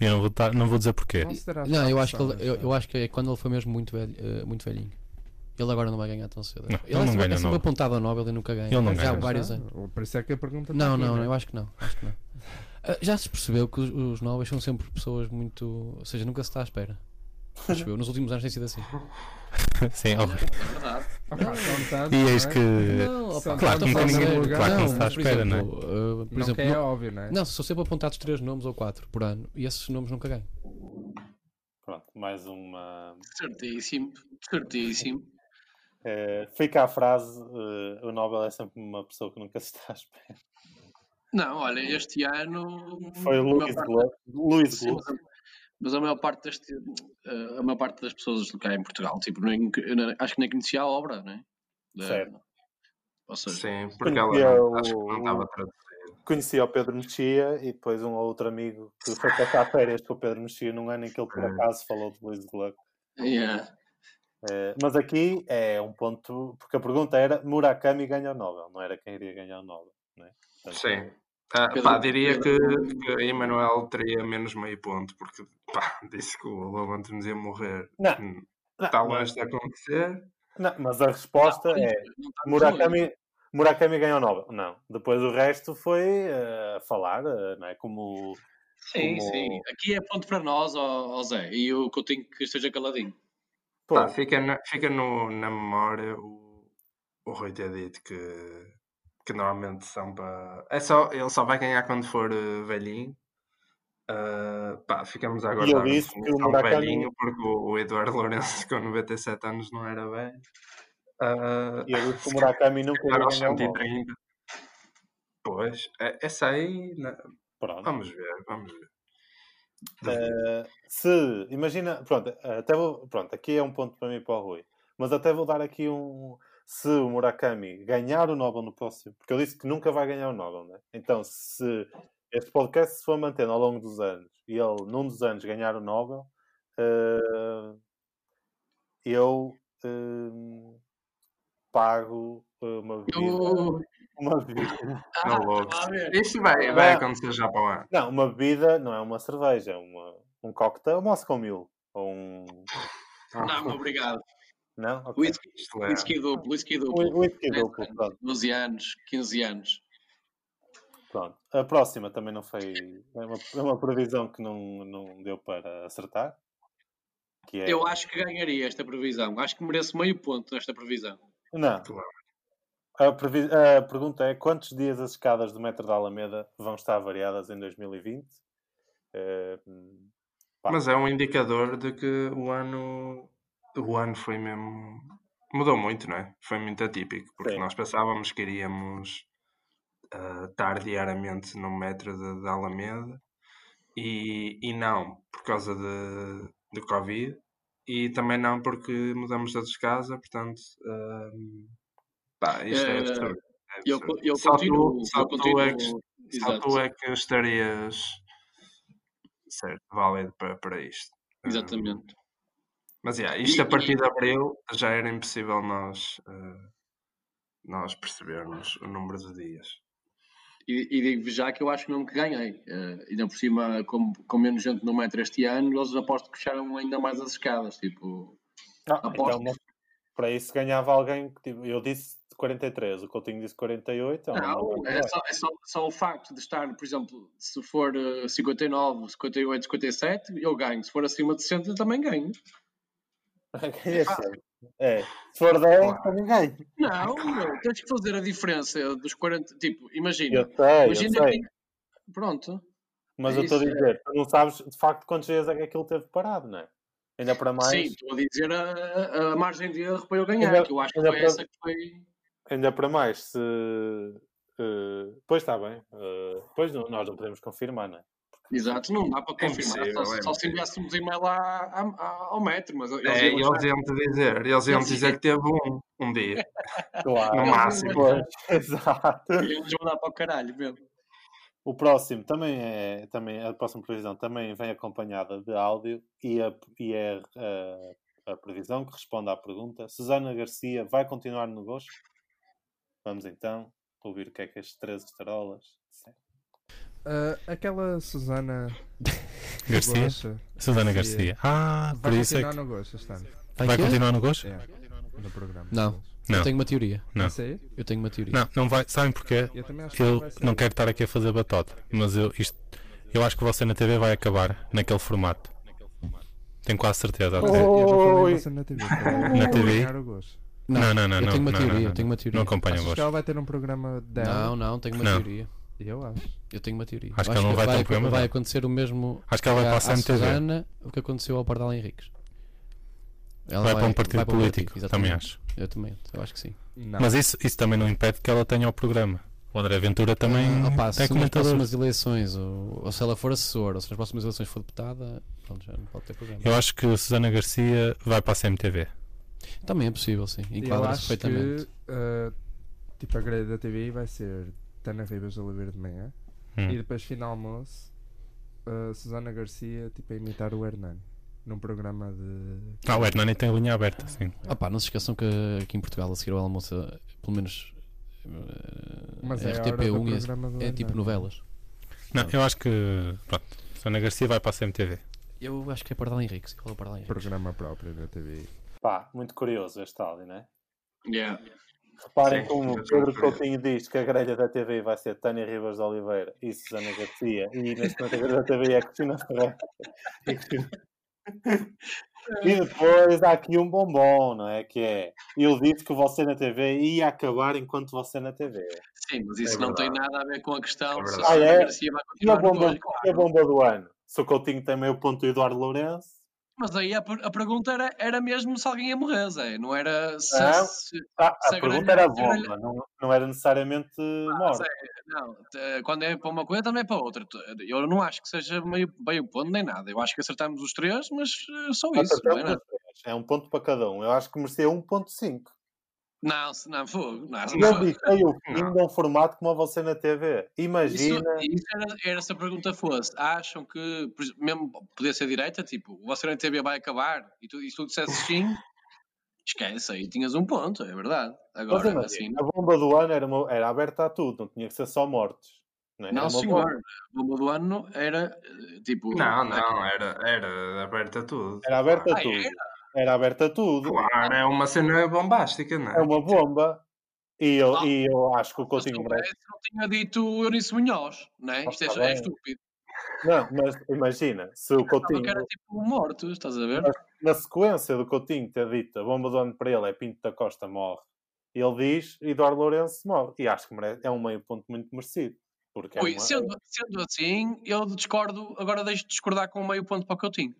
S3: E eu não vou, dar- não vou dizer porquê.
S1: Não, será
S2: Não, eu
S1: fácil,
S2: acho, que ele-
S1: sabe?
S2: eu, eu acho que Tá é quando ele foi mesmo muito, velho, eh, muito velhinho. Ele agora não vai ganhar tão cedo.
S3: Não,
S2: ele
S3: ele não
S2: é sempre,
S3: ganha
S2: é
S3: o
S2: sempre
S3: Nobel.
S2: apontado ao Nobel e nunca ganha.
S3: Ele não
S2: já
S1: Já
S2: há
S3: ganha.
S2: vários
S1: está.
S2: anos.
S1: Por isso é que a pergunta tá
S2: Não,
S1: aqui,
S2: não,
S1: né?
S2: eu acho que não. Acho que não. Ah, já se percebeu que os, os Nobels são sempre pessoas muito. Ou seja, nunca se está à espera. Acho eu. Nos últimos anos tem sido assim.
S3: (laughs) Sim, óbvio.
S4: É verdade.
S1: (laughs) Ah, pá, são tantos,
S3: E
S1: não
S3: eis
S1: é?
S3: Eh, que.
S2: Não,
S1: Só claro,
S2: opa, estou a
S1: nunca
S2: falar
S1: ninguém-
S2: sério.
S1: claro que não se está à
S2: mas, por
S3: espera, é?
S2: exemplo, eh, por
S1: Não
S2: exemplo,
S1: que é
S2: não-
S1: óbvio, não é?
S2: não, são sempre apontados três nomes ou quatro por ano e esses nomes nunca ganham.
S5: Pronto, mais uma.
S4: Certíssimo, certíssimo.
S5: Eh, fica a frase: eh, o Nobel é sempre uma pessoa que nunca (laughs) se está à espera.
S4: Não, olha, este ano.
S5: Foi
S4: a
S5: o
S4: maior
S5: Luís
S4: parte-
S5: Globo. Luís
S4: sim,
S5: Globo.
S4: mas a- Mas a maior parte deste, eh, a maior parte das pessoas cá em Portugal, tipo, nem, nem- acho que nem conhecia a obra, não é? Da-
S5: Certo.
S4: Ou seja,
S6: sim, porque ela
S5: Conhecia
S6: não, acho que não
S5: o-
S6: estava traduzida.
S5: Conheci o Pedro Mexia e depois um outro amigo que foi passar férias com o Pedro Mexia num ano em que ele por
S6: Hum.
S5: acaso falou de Luís Globo.
S4: yeah.
S5: Eh, mas aqui é um ponto, porque a pergunta era Murakami ganha o Nobel, não era quem iria ganhar o Nobel. Não é? Portanto,
S6: Sim. Ah,
S4: Pedro-
S6: pá, diria que,
S4: Pedro-
S6: que Emanuel teria menos meio ponto, porque pá, (laughs) disse que o Lobo Antunes ia morrer.
S5: Não,
S6: Hum,
S5: não,
S6: Está longe de acontecer.
S5: não, mas a resposta é
S4: Não está muito longe.
S6: é
S5: Murakami, Murakami ganhou o Nobel. Não. Depois o resto foi eh, a falar, eh, não é? Como.
S4: Sim,
S5: como-
S4: sim. Aqui é ponto para nós, ó, ó Zé, e o Coutinho que esteja caladinho.
S5: Pô,
S6: Pá, fica na, fica no- na memória o, o Rui ter dito que, que normalmente são para. É só, ele só vai ganhar quando for eh, velhinho. Ah, pá, ficamos a aguardar a
S5: disse que o
S6: definição de
S5: Murakami-
S6: velhinho porque o, o Eduardo (laughs) Lourenço com 97 anos não era velho. Ah,
S5: E ele disse que o é Murakami nunca
S6: era
S5: ia
S6: aos
S5: ganhar o Nobel.
S6: 130. Pois, é- essa aí. na-
S5: Pronto.
S6: Vamos ver, vamos ver.
S5: Eh, se, imagina, pronto, eh, até vou, pronto, aqui é um ponto para mim e para o Rui, mas até vou dar aqui um. Se o Murakami ganhar o Nobel no próximo, porque eu disse que nunca vai ganhar o Nobel, né? Então, se este podcast se for mantendo ao longo dos anos e ele, num dos anos, ganhar o Nobel, eh, eu eh, pago eh, uma bebida.
S4: Eu...
S5: Uma bebida.
S6: Não vou.
S4: Está a ver?
S6: Isto vai, vai
S5: Ah.
S6: acontecer já para o ano.
S5: Não, uma bebida não é uma cerveja, é uma, um cocktail, um Moscow Mule, ou um.
S6: (laughs)
S4: Não, obrigado.
S5: Não? Ok.
S4: Whisky,
S6: Isto é-
S4: whisky duplo, whisky duplo. (laughs)
S5: O whisky
S4: 10
S5: duplo,
S4: anos,
S5: pronto,
S4: 12 anos, 15 anos.
S5: pronto. A próxima também não foi. É uma, é uma previsão que não, não deu para acertar. Que é.
S4: Eu acho que ganharia esta previsão. Acho que mereço meio ponto nesta previsão.
S5: Não.
S6: Claro.
S5: A, previ- a pergunta é: quantos dias as escadas do metro da Alameda vão estar variadas em 2020? Eh, hum, pá,
S6: Mas é um indicador de que o ano, o ano foi mesmo. Mudou muito, não é? Foi muito atípico, porque
S5: Sim.
S6: nós pensávamos que iríamos ah, estar diariamente no metro de, de Alameda e, e não por causa de, de Covid e também não porque mudamos todos de casa, portanto. ah, pá, isto é
S4: Eh,
S6: absurdo. é
S4: Eu,
S6: absurdo.
S4: co- eu
S6: Só tu-
S4: continuo.
S6: só
S4: eu
S6: tu
S4: continuo-
S6: é que- Só
S4: Exato,
S6: tu é que estarias certo, válido para, para isto. Ah,
S4: Exatamente.
S6: mas yeah, isto a
S4: E-
S6: partir de abril já era impossível nós, eh, nós percebermos o número de dias.
S4: E, e digo-vos já que eu acho mesmo que ganhei. Eh, ainda por cima, como, com menos gente no metro este ano, eles aposto que fecharam ainda mais as escadas. Tipo,
S5: ah,
S4: aposto.
S5: então, mas para isso ganhava alguém. que tipo, eu disse 43, o Coutinho disse 48. é um número
S4: não,
S5: muito
S4: é
S5: baixo.
S4: só, é só- só o facto de estar, por exemplo, se for eh, 59, 58, 57, eu ganho. Se for acima de 60, eu também ganho.
S5: É, se for 10, também ganho.
S4: Não, meu, tens que fazer a diferença dos 40. Tipo, imagina.
S5: Eu sei,
S4: imagina
S5: eu sei.
S4: que- Pronto.
S5: Mas
S4: É
S5: eu estou a
S4: isso, é.
S5: dizer, tu não sabes de facto quantos dias é que aquilo teve parado, não é? Ainda para mais,
S4: Sim, estou a dizer a, a- a margem de erro para eu ganhar,
S5: Ainda-
S4: que eu acho que
S5: ainda
S4: foi
S5: para-
S4: essa que foi.
S5: ainda para mais, se. eh, pois está bem. eh, pois não- nós não podemos confirmar, (laughs) não é?
S4: Exato, não dá para
S6: É
S4: confirmar.
S6: impossível,
S4: só,
S6: é
S4: só se enviássemos e-mail à- à- à- ao metro, mas eles
S6: É,
S4: iam
S6: eles
S4: achar-
S6: iam te dizer, eles iam
S4: Eles-
S6: te dizer que teve um,
S4: (laughs)
S6: um dia.
S5: Claro.
S6: No máximo.
S5: Pois, (laughs) exato.
S4: iam nos mandar para o caralho mesmo.
S5: O próximo também é. Também, a próxima previsão também vem acompanhada de áudio e, a, e é a, a previsão que responde à pergunta: Susana Garcia vai continuar no gosto? Vamos então ouvir o que é que as 13 estarolas disseram.
S1: Ah, aquela
S3: (laughs)
S1: Susana
S3: Garcia?
S1: Gosta,
S3: Susana
S1: Garcia.
S3: Garcia. Ah, por
S1: vai
S3: isso é
S1: continuar
S3: que.
S1: no gosto este ano.
S3: Vai
S2: quê?
S3: continuar no gosto?
S1: É, no programa.
S2: Não.
S3: Não.
S2: Eu tenho uma teoria.
S3: Não.
S1: Sei?
S2: Eu tenho uma teoria.
S3: Não, não vai. Sabem porquê?
S1: Eu também acho que
S3: Eu
S1: vai ser.
S3: não quero estar aqui a fazer batota, mas eu, isto, eu acho que você na TV vai acabar naquele formato. Tenho quase certeza. até.
S1: Eu já falei
S5: Oi.
S1: você na TV.
S3: Na TV?
S1: Ganhar o gosto.
S3: Não, não, não.
S2: Eu
S3: não,
S2: tenho uma
S3: não,
S2: teoria,
S3: não,
S2: eu
S3: não,
S2: tenho uma
S3: não.
S2: teoria.
S3: Não acompanho
S1: Acho que
S3: gosto.
S1: ela vai ter um programa dela.
S2: Não, não, tenho uma
S3: Não.
S2: teoria.
S1: Eu acho.
S2: Eu tenho uma teoria.
S3: Acho
S2: Eu
S3: que ela não vai ter um
S2: vai,
S3: programa
S2: vai
S3: dela.
S2: acontecer o mesmo
S3: Acho que ela vai
S2: à-
S3: para
S2: à
S3: a CMTV.
S2: Susana, o que aconteceu ao Pardal Henriques. Ela
S3: Vai para um partido
S2: vai para um
S3: político, também
S2: exatamente.
S3: acho.
S2: Eu também, eu acho que sim.
S1: Não.
S3: Mas isso, isso também não impede que ela tenha o programa. O André Ventura também
S2: Ah, opa, se
S3: é
S2: nas
S3: comentador.
S2: próximas eleições, ou, ou se ela for assessora, ou se nas próximas eleições for deputada, pronto, já não pode ter programa.
S3: Eu acho que a Susana Garcia vai para a CMTV.
S2: Também é possível, sim.
S1: Eu
S2: Enquadra-se
S1: acho que
S2: perfeitamente.
S1: ah, tipo a grelha da TV vai ser Tana Ribas de Oliveira de manhã
S3: Hum.
S1: e depois final almoço ah, Susana Garcia tipo a imitar o Hernani num programa de
S3: Ah, o Hernani tem a linha aberta, sim.
S2: Ah pá, não se esqueçam que aqui em Portugal, a seguir ao almoço, eh, pelo menos eh,
S1: Mas é a hora do
S2: RTP1 é-
S1: programa do
S2: é, tipo
S1: Hernani.
S2: novelas.
S3: Não, eu acho que. Pronto, Susana Garcia vai para a CMTV.
S2: Eu acho que é Pardal Henriques. Qual é o Pardal Henriques?
S1: programa próprio da TV
S5: Pá, muito curioso este áudio, não é?
S4: Yeah.
S5: Reparem
S6: Sim,
S5: como
S6: sim, sim,
S5: Pedro
S6: sim.
S5: Coutinho diz que a grelha da TV vai ser Tânia Ribas de Oliveira e Susana Garcia. E neste momento a grelha da TV é Cristina Ferreira. E Cristina- E depois há aqui um bombom, não é? Que é eu disse que você na TV ia acabar enquanto você na TV.
S4: Sim, mas isso
S6: É
S4: não tem
S6: verdade.
S4: nada a ver com a questão.
S6: É
S4: se
S6: verdade.
S4: a Sónia
S5: Ah, é?
S4: Garcia vai
S5: E a
S4: continuar no
S5: bomba,
S4: trabalho, claro.
S5: e a bomba do ano? Se o Coutinho tem meio ponto do Eduardo Lourenço,
S4: Mas aí a, per- a pergunta era, era mesmo se alguém ia morrer, Zé. Não era se.
S5: Não.
S4: se-
S5: Ah,
S4: Se
S5: a
S4: a
S5: pergunta
S4: grelha-
S5: era a
S4: se a grelha- Ah,
S5: bomba, não, não era necessariamente morta.
S4: não, te- quando é para uma coisa, também é para outra. Tu- Eu não acho que seja meio, meio ponto nem nada. Eu acho que acertamos os três, mas eh, só
S5: Mas
S4: isso. Não, é
S5: acertamos
S4: nada.
S5: os três. É um ponto para cada um. Eu acho que merecia 1.5.
S4: não, se- não, fogo. Não, se-
S5: Eu
S4: se-
S5: ditei o fim de um formato como a você na TV.
S4: Isso,
S5: Imagina.
S4: isso era, era se a pergunta fosse: acham que, por exemplo, mesmo podia ser direita, tipo, o Oceano TV vai acabar e tu, e se tu dissesses
S5: (laughs)
S4: sim, esquece, aí tinhas um ponto, é verdade.
S5: Mas
S4: Agora,
S5: imagina,
S4: assim,
S5: a bomba do ano era, uma- era aberta a tudo, não tinha que ser só mortes. Não, é? Era
S4: não,
S5: uma bomba.
S4: senhor, o bomba do ano era eh, tipo.
S6: Não, não, era, era aberta a tudo.
S5: Era aberta a
S4: Ah,
S5: tudo. Era aberta a tudo.
S6: Claro, é uma cena bombástica, não é?
S5: É uma bomba. E eu,
S4: Ah.
S5: e eu acho que o
S4: Eu se
S5: Coutinho merece.
S4: soubesse, não tinha dito Eunice Munhoz, não é?
S5: um Mas
S4: Isto é,
S5: está
S4: é
S5: bem.
S4: estúpido.
S5: Não, mas imagina, se o
S4: Estava que
S5: Coutinho
S4: era tipo morto, estás a ver?
S5: Mas- na sequência do Coutinho ter dito a bomba do ano para ele é Pinto da Costa morre, ele diz Eduardo Lourenço morre. E acho que mere- é um meio ponto muito merecido. Porque é
S4: Ui,
S5: uma-
S4: sendo, sendo assim, eu discordo, agora deixo de discordar com meio ponto para o que eu tinha.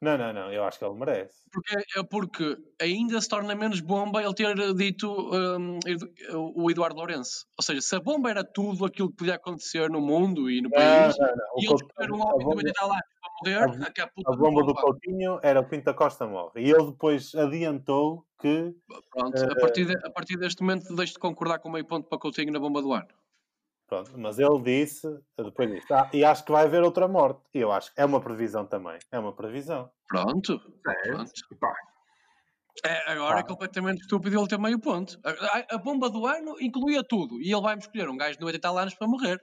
S5: Não, não, não, eu acho que ele merece.
S4: Porque, é porque ainda se torna menos bomba ele ter dito hum, Edu- o Eduardo Lourenço. Ou seja, se a bomba era tudo aquilo que podia acontecer no mundo e no
S5: Não,
S4: país,
S5: não, não. Ah,
S4: e
S5: O
S4: ele
S5: Coutinho-
S4: escolher um
S5: a,
S4: homem de
S5: bomba,
S4: 80 lá para morrer, a,
S5: a bomba do Coutinho era o Pinto da Costa morre. E ele depois adiantou que.
S4: Pronto, a partir, de- a partir deste momento deixo de concordar com meio ponto para o Coutinho na bomba do ano.
S5: Pronto, mas ele disse, depois disse, "Ah, e acho que vai haver outra morte. E eu acho que é uma previsão também. É uma previsão.
S4: Pronto,
S6: Certo.
S4: pronto. É, agora é
S5: Pá.
S4: completamente estúpido ele ter meio ponto. A, a- a bomba do ano incluía tudo e ele vai-me escolher um gajo de 80 e tal anos para morrer.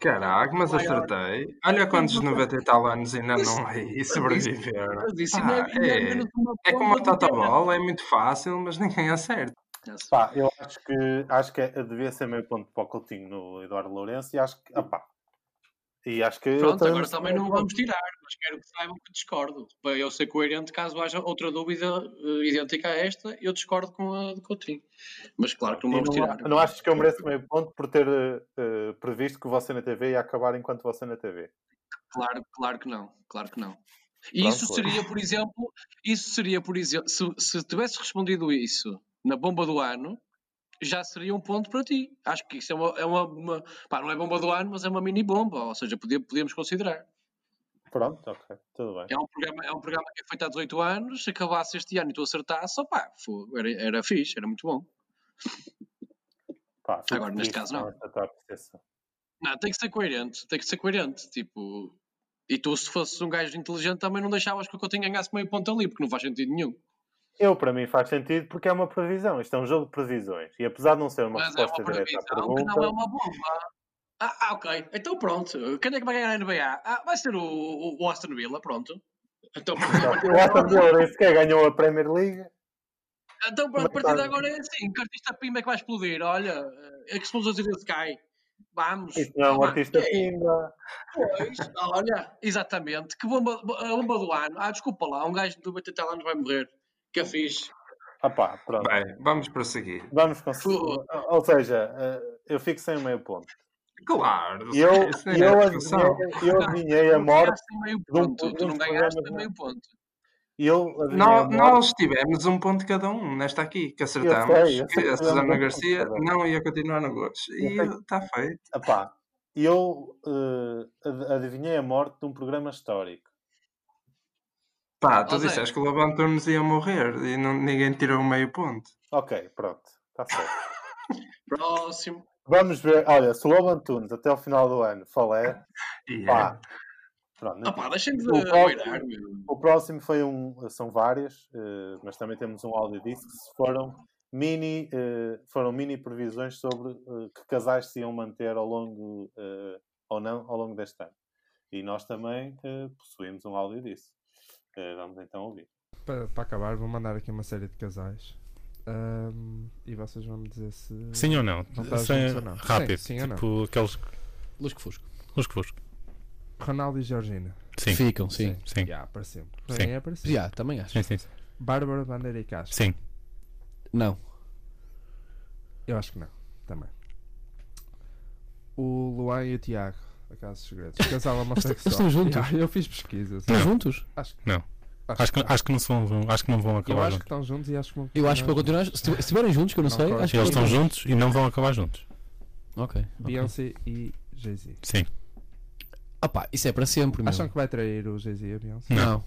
S6: Caraca, mas
S4: Maior.
S6: acertei. Olha
S4: (laughs)
S6: quantos 90 e tal anos ainda não aí sobreviveram.
S4: Mas isso
S6: Pá,
S4: ainda- ainda
S6: é-
S4: menos uma
S6: É como
S4: bomba
S6: a
S4: do que era.
S6: bola é muito fácil, mas ninguém acerta.
S5: Pá, eu acho que, acho que é- devia ser meio ponto para o Coutinho no Eduardo Lourenço e acho que. opá. e acho que. eu
S4: Pronto, agora
S5: sou
S4: também
S5: meio
S4: não
S5: ponto.
S4: vamos tirar, mas quero que saibam que discordo. Para eu ser coerente, caso haja outra dúvida eh, idêntica a esta, eu discordo com a de Coutinho. Mas claro que não
S5: E
S4: vamos
S5: não,
S4: tirar.
S5: não achas que eu mereço meio ponto por ter eh, eh, previsto que você na TV ia acabar enquanto você na TV?
S4: Claro, claro que não, claro que não. E
S5: Pronto,
S4: isso
S5: olha.
S4: seria, por exemplo, isso seria, por exemplo, se, se tivesse respondido isso na bomba do ano, já seria um ponto para ti. Acho que isso é uma, é uma, uma- pá, não é bomba do ano, mas é uma mini bomba, ou seja, podia- podíamos considerar.
S5: Pronto, ok, tudo bem.
S4: É um programa, é um programa que é feito há 18 anos, se acabasse este ano e tu acertasse, opá, fogo, era, era fixe, era muito bom.
S5: Pá, fico
S4: Agora, neste
S5: feliz
S4: caso,
S5: com
S4: não.
S5: esta tua apreciação.
S4: Não, tem que ser coerente, tem que ser coerente, tipo... E tu, se fosses um gajo inteligente, também não deixavas que o Coutinho ganhasse meio ponto ali, porque não faz sentido nenhum.
S5: Eu, para mim, faz sentido porque é uma previsão. Isto é um jogo de previsões. E apesar de não ser uma
S4: Mas é
S5: resposta
S4: uma
S5: direta à
S4: previsão que
S5: pergunta,
S4: não é uma bomba. Ah, ah, ok. Então pronto. Quem é que vai ganhar a NBA? Ah, vai ser o, o, o Aston Villa, pronto. Então,
S5: o Aston Villa nem sequer ganhou a Premier League.
S4: então pronto, a partir de agora é assim. Que artista pimba é que vai explodir? Olha, é que explosões de Sky. Vamos.
S5: Isso não é um
S4: Vá,
S5: artista
S4: é
S5: ainda.
S4: Pois, olha, exatamente. Que bomba, a bomba do ano. Ah, desculpa lá, um gajo de 80 anos vai morrer. Que é fixe.
S5: Ah pá, pronto.
S6: Tá Bem, vamos prosseguir.
S5: Vamos conseguir.
S4: Pô.
S5: Ou seja, eh, eu fico sem meio ponto.
S6: Claro,
S5: E eu,
S6: isso
S5: e
S6: nem
S5: eu,
S6: é discussão.
S5: adivinhei, eu adivinhei a
S4: Tu
S5: É morte
S4: ganhaste meio
S5: de um-
S4: ponto.
S5: de
S4: Tu
S5: um
S4: não
S5: programa
S4: ganhaste
S5: de-
S4: meio ponto.
S5: e eu adivinhei a
S6: Nó-
S5: morte.
S6: Nós tivemos um ponto cada um nesta aqui, que acertamos.
S5: Eu sei, eu sei que
S6: que a
S5: tivemos um
S6: Susana
S5: ponto
S6: Garcia
S5: cada um.
S6: não ia continuar no gosto. E
S5: Eu sei.
S6: está feito.
S5: Epá, Ah, eu eh, ad- adivinhei a morte de um programa histórico.
S6: Pá, tu
S4: Ó, Zé.
S6: disseste que o Lobo Antunes ia morrer e não- ninguém tirou o meio ponto.
S5: Ok, pronto, está certo.
S4: Próximo.
S5: Vamos ver, olha, se o Lobo Antunes até ao final do ano falé,
S6: E é.
S5: pá. Pronto, não
S4: Ah pá, deixem de
S5: O próximo-
S4: oirar, meu.
S5: O próximo foi um, são várias, eh, mas também temos um áudio disso que foram mini, eh, foram mini previsões sobre eh, que casais se iam manter ao longo eh, ou não ao longo deste ano. E nós também eh, possuímos um áudio disso. Eh, vamos então ouvir.
S1: Para, para acabar, vou mandar aqui uma série de casais. Ahm, e vocês vão me dizer se.
S3: Sim ou não?
S1: Não estás
S3: Sem-
S1: juntos ou não?
S3: Rápido.
S1: Sim, sim ou não?
S3: tipo aqueles.
S2: Lusco Fusco.
S3: Os que fosco.
S1: Ronaldo e Georgina.
S3: Sim. Sim.
S2: Ficam, sim.
S3: Sim.
S1: Já, para sempre. Para
S3: Sim.
S1: mim é para sempre.
S2: Já, também acho.
S3: Sim, sim.
S1: Bárbara, Bandeira e Castro.
S3: Sim.
S2: Não.
S1: Eu acho que não, também. O Luan e o Tiago, a Casa dos Segredos. Casal homossexual.
S2: eles estão juntos?
S1: Yeah, eu fiz pesquisas.
S2: Estão juntos?
S1: Acho,
S3: Não.
S1: acho,
S3: Acho que,
S1: não.
S3: acho que não são, acho que não vão
S1: Eu
S3: acabar
S1: acho que
S3: juntos.
S1: estão juntos e acho que vão
S2: Eu acho que para
S1: continuar
S2: continuar, se esti- se estiverem juntos, que eu não,
S1: Não,
S2: sei,
S1: claro.
S2: acho que
S3: Eles estão
S2: juntos.
S3: juntos e não vão acabar juntos.
S2: Ok. ok.
S1: Beyoncé e Jay-Z.
S3: Sim.
S2: Ah pá, isso é para sempre, meu.
S1: Acham que vai trair o Jay-Z e a Beyoncé?
S3: Não.
S2: Não,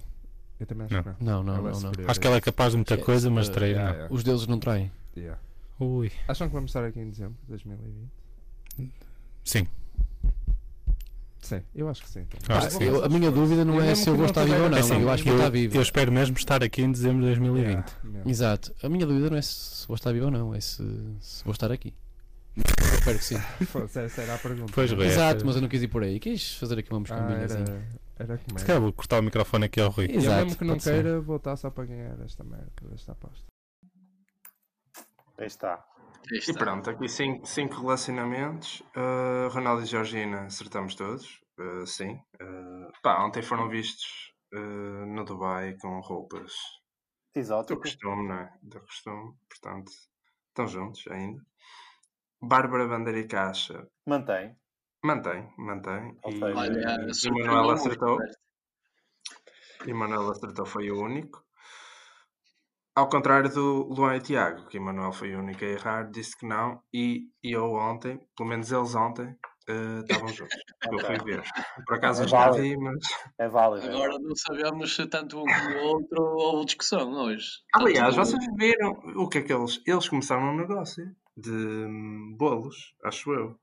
S1: Eu também acho
S3: Não.
S1: que não.
S2: não, não,
S1: Ela é
S2: não. não.
S1: superior.
S3: Acho que ela é capaz de muita
S2: Esquece.
S3: coisa, mas
S2: Uh,
S3: trair
S1: Yeah,
S3: não.
S1: yeah,
S2: Os deuses não traem.
S1: yeah.
S3: Ui.
S1: Acham que vamos estar aqui em dezembro de 2020?
S3: Sim.
S1: Sim, eu acho que sim. também.
S3: Acho
S2: Pá,
S3: que sim.
S2: eu- a minha dúvida não
S1: Eu
S2: é
S1: mesmo
S2: se eu
S1: que
S2: vou
S1: não
S2: estar vivo ou
S1: tiver-
S2: não.
S1: É assim,
S2: eu acho que tá vou estar vivo.
S3: Eu espero mesmo estar aqui em dezembro de 2020.
S1: Yeah.
S2: Exato. A minha dúvida não é se vou estar vivo ou não, é se, se vou estar aqui. Eu espero que sim.
S1: Foda-se, Essa era a pergunta.
S3: Pois, Rui.
S2: Exato,
S3: essa-
S2: mas eu não quis ir por aí. Quis fazer aqui uma
S1: Ah,
S2: moscambinha.
S1: era, era como
S3: Se
S1: era.
S3: calhar vou cortar o microfone aqui ao Rui.
S1: Eu
S2: Exato,
S1: mesmo que não
S2: pode ser.
S1: queira, vou estar só para ganhar esta merda, esta aposta.
S5: Aí está.
S4: Aí
S6: E
S4: está.
S6: pronto, aqui cinco, cinco relacionamentos. Uh, Ronaldo e Georgina acertamos todos, uh, sim. Uh, pá, ontem foram vistos uh, no Dubai com roupas do
S5: Exótico.
S6: costume, não é? Do costume, portanto, estão juntos ainda. Bárbara Bandeira e Caixa
S5: Mantém.
S6: mantém, mantém. E,
S5: Ok.
S4: Olha,
S6: e
S4: surpreendeu
S6: Manuela
S4: muito,
S6: acertou.
S4: velho.
S6: E Manuel acertou, foi o único. Ao contrário do Luan e Tiago, que Emanuel foi o único a errar, disse que não, e, e eu ontem, pelo menos eles ontem, eh, estavam juntos. Eu fui
S5: Ok.
S6: ver. Por acaso eu
S5: É
S6: já
S5: válido.
S6: vi, mas.
S5: É válido. é válido.
S4: Agora não sabemos se tanto um como o outro houve discussão hoje.
S6: Aliás,
S4: Tanto- um.
S6: vocês viram o que é que eles. Eles começaram um negócio de hum, bolos, acho eu.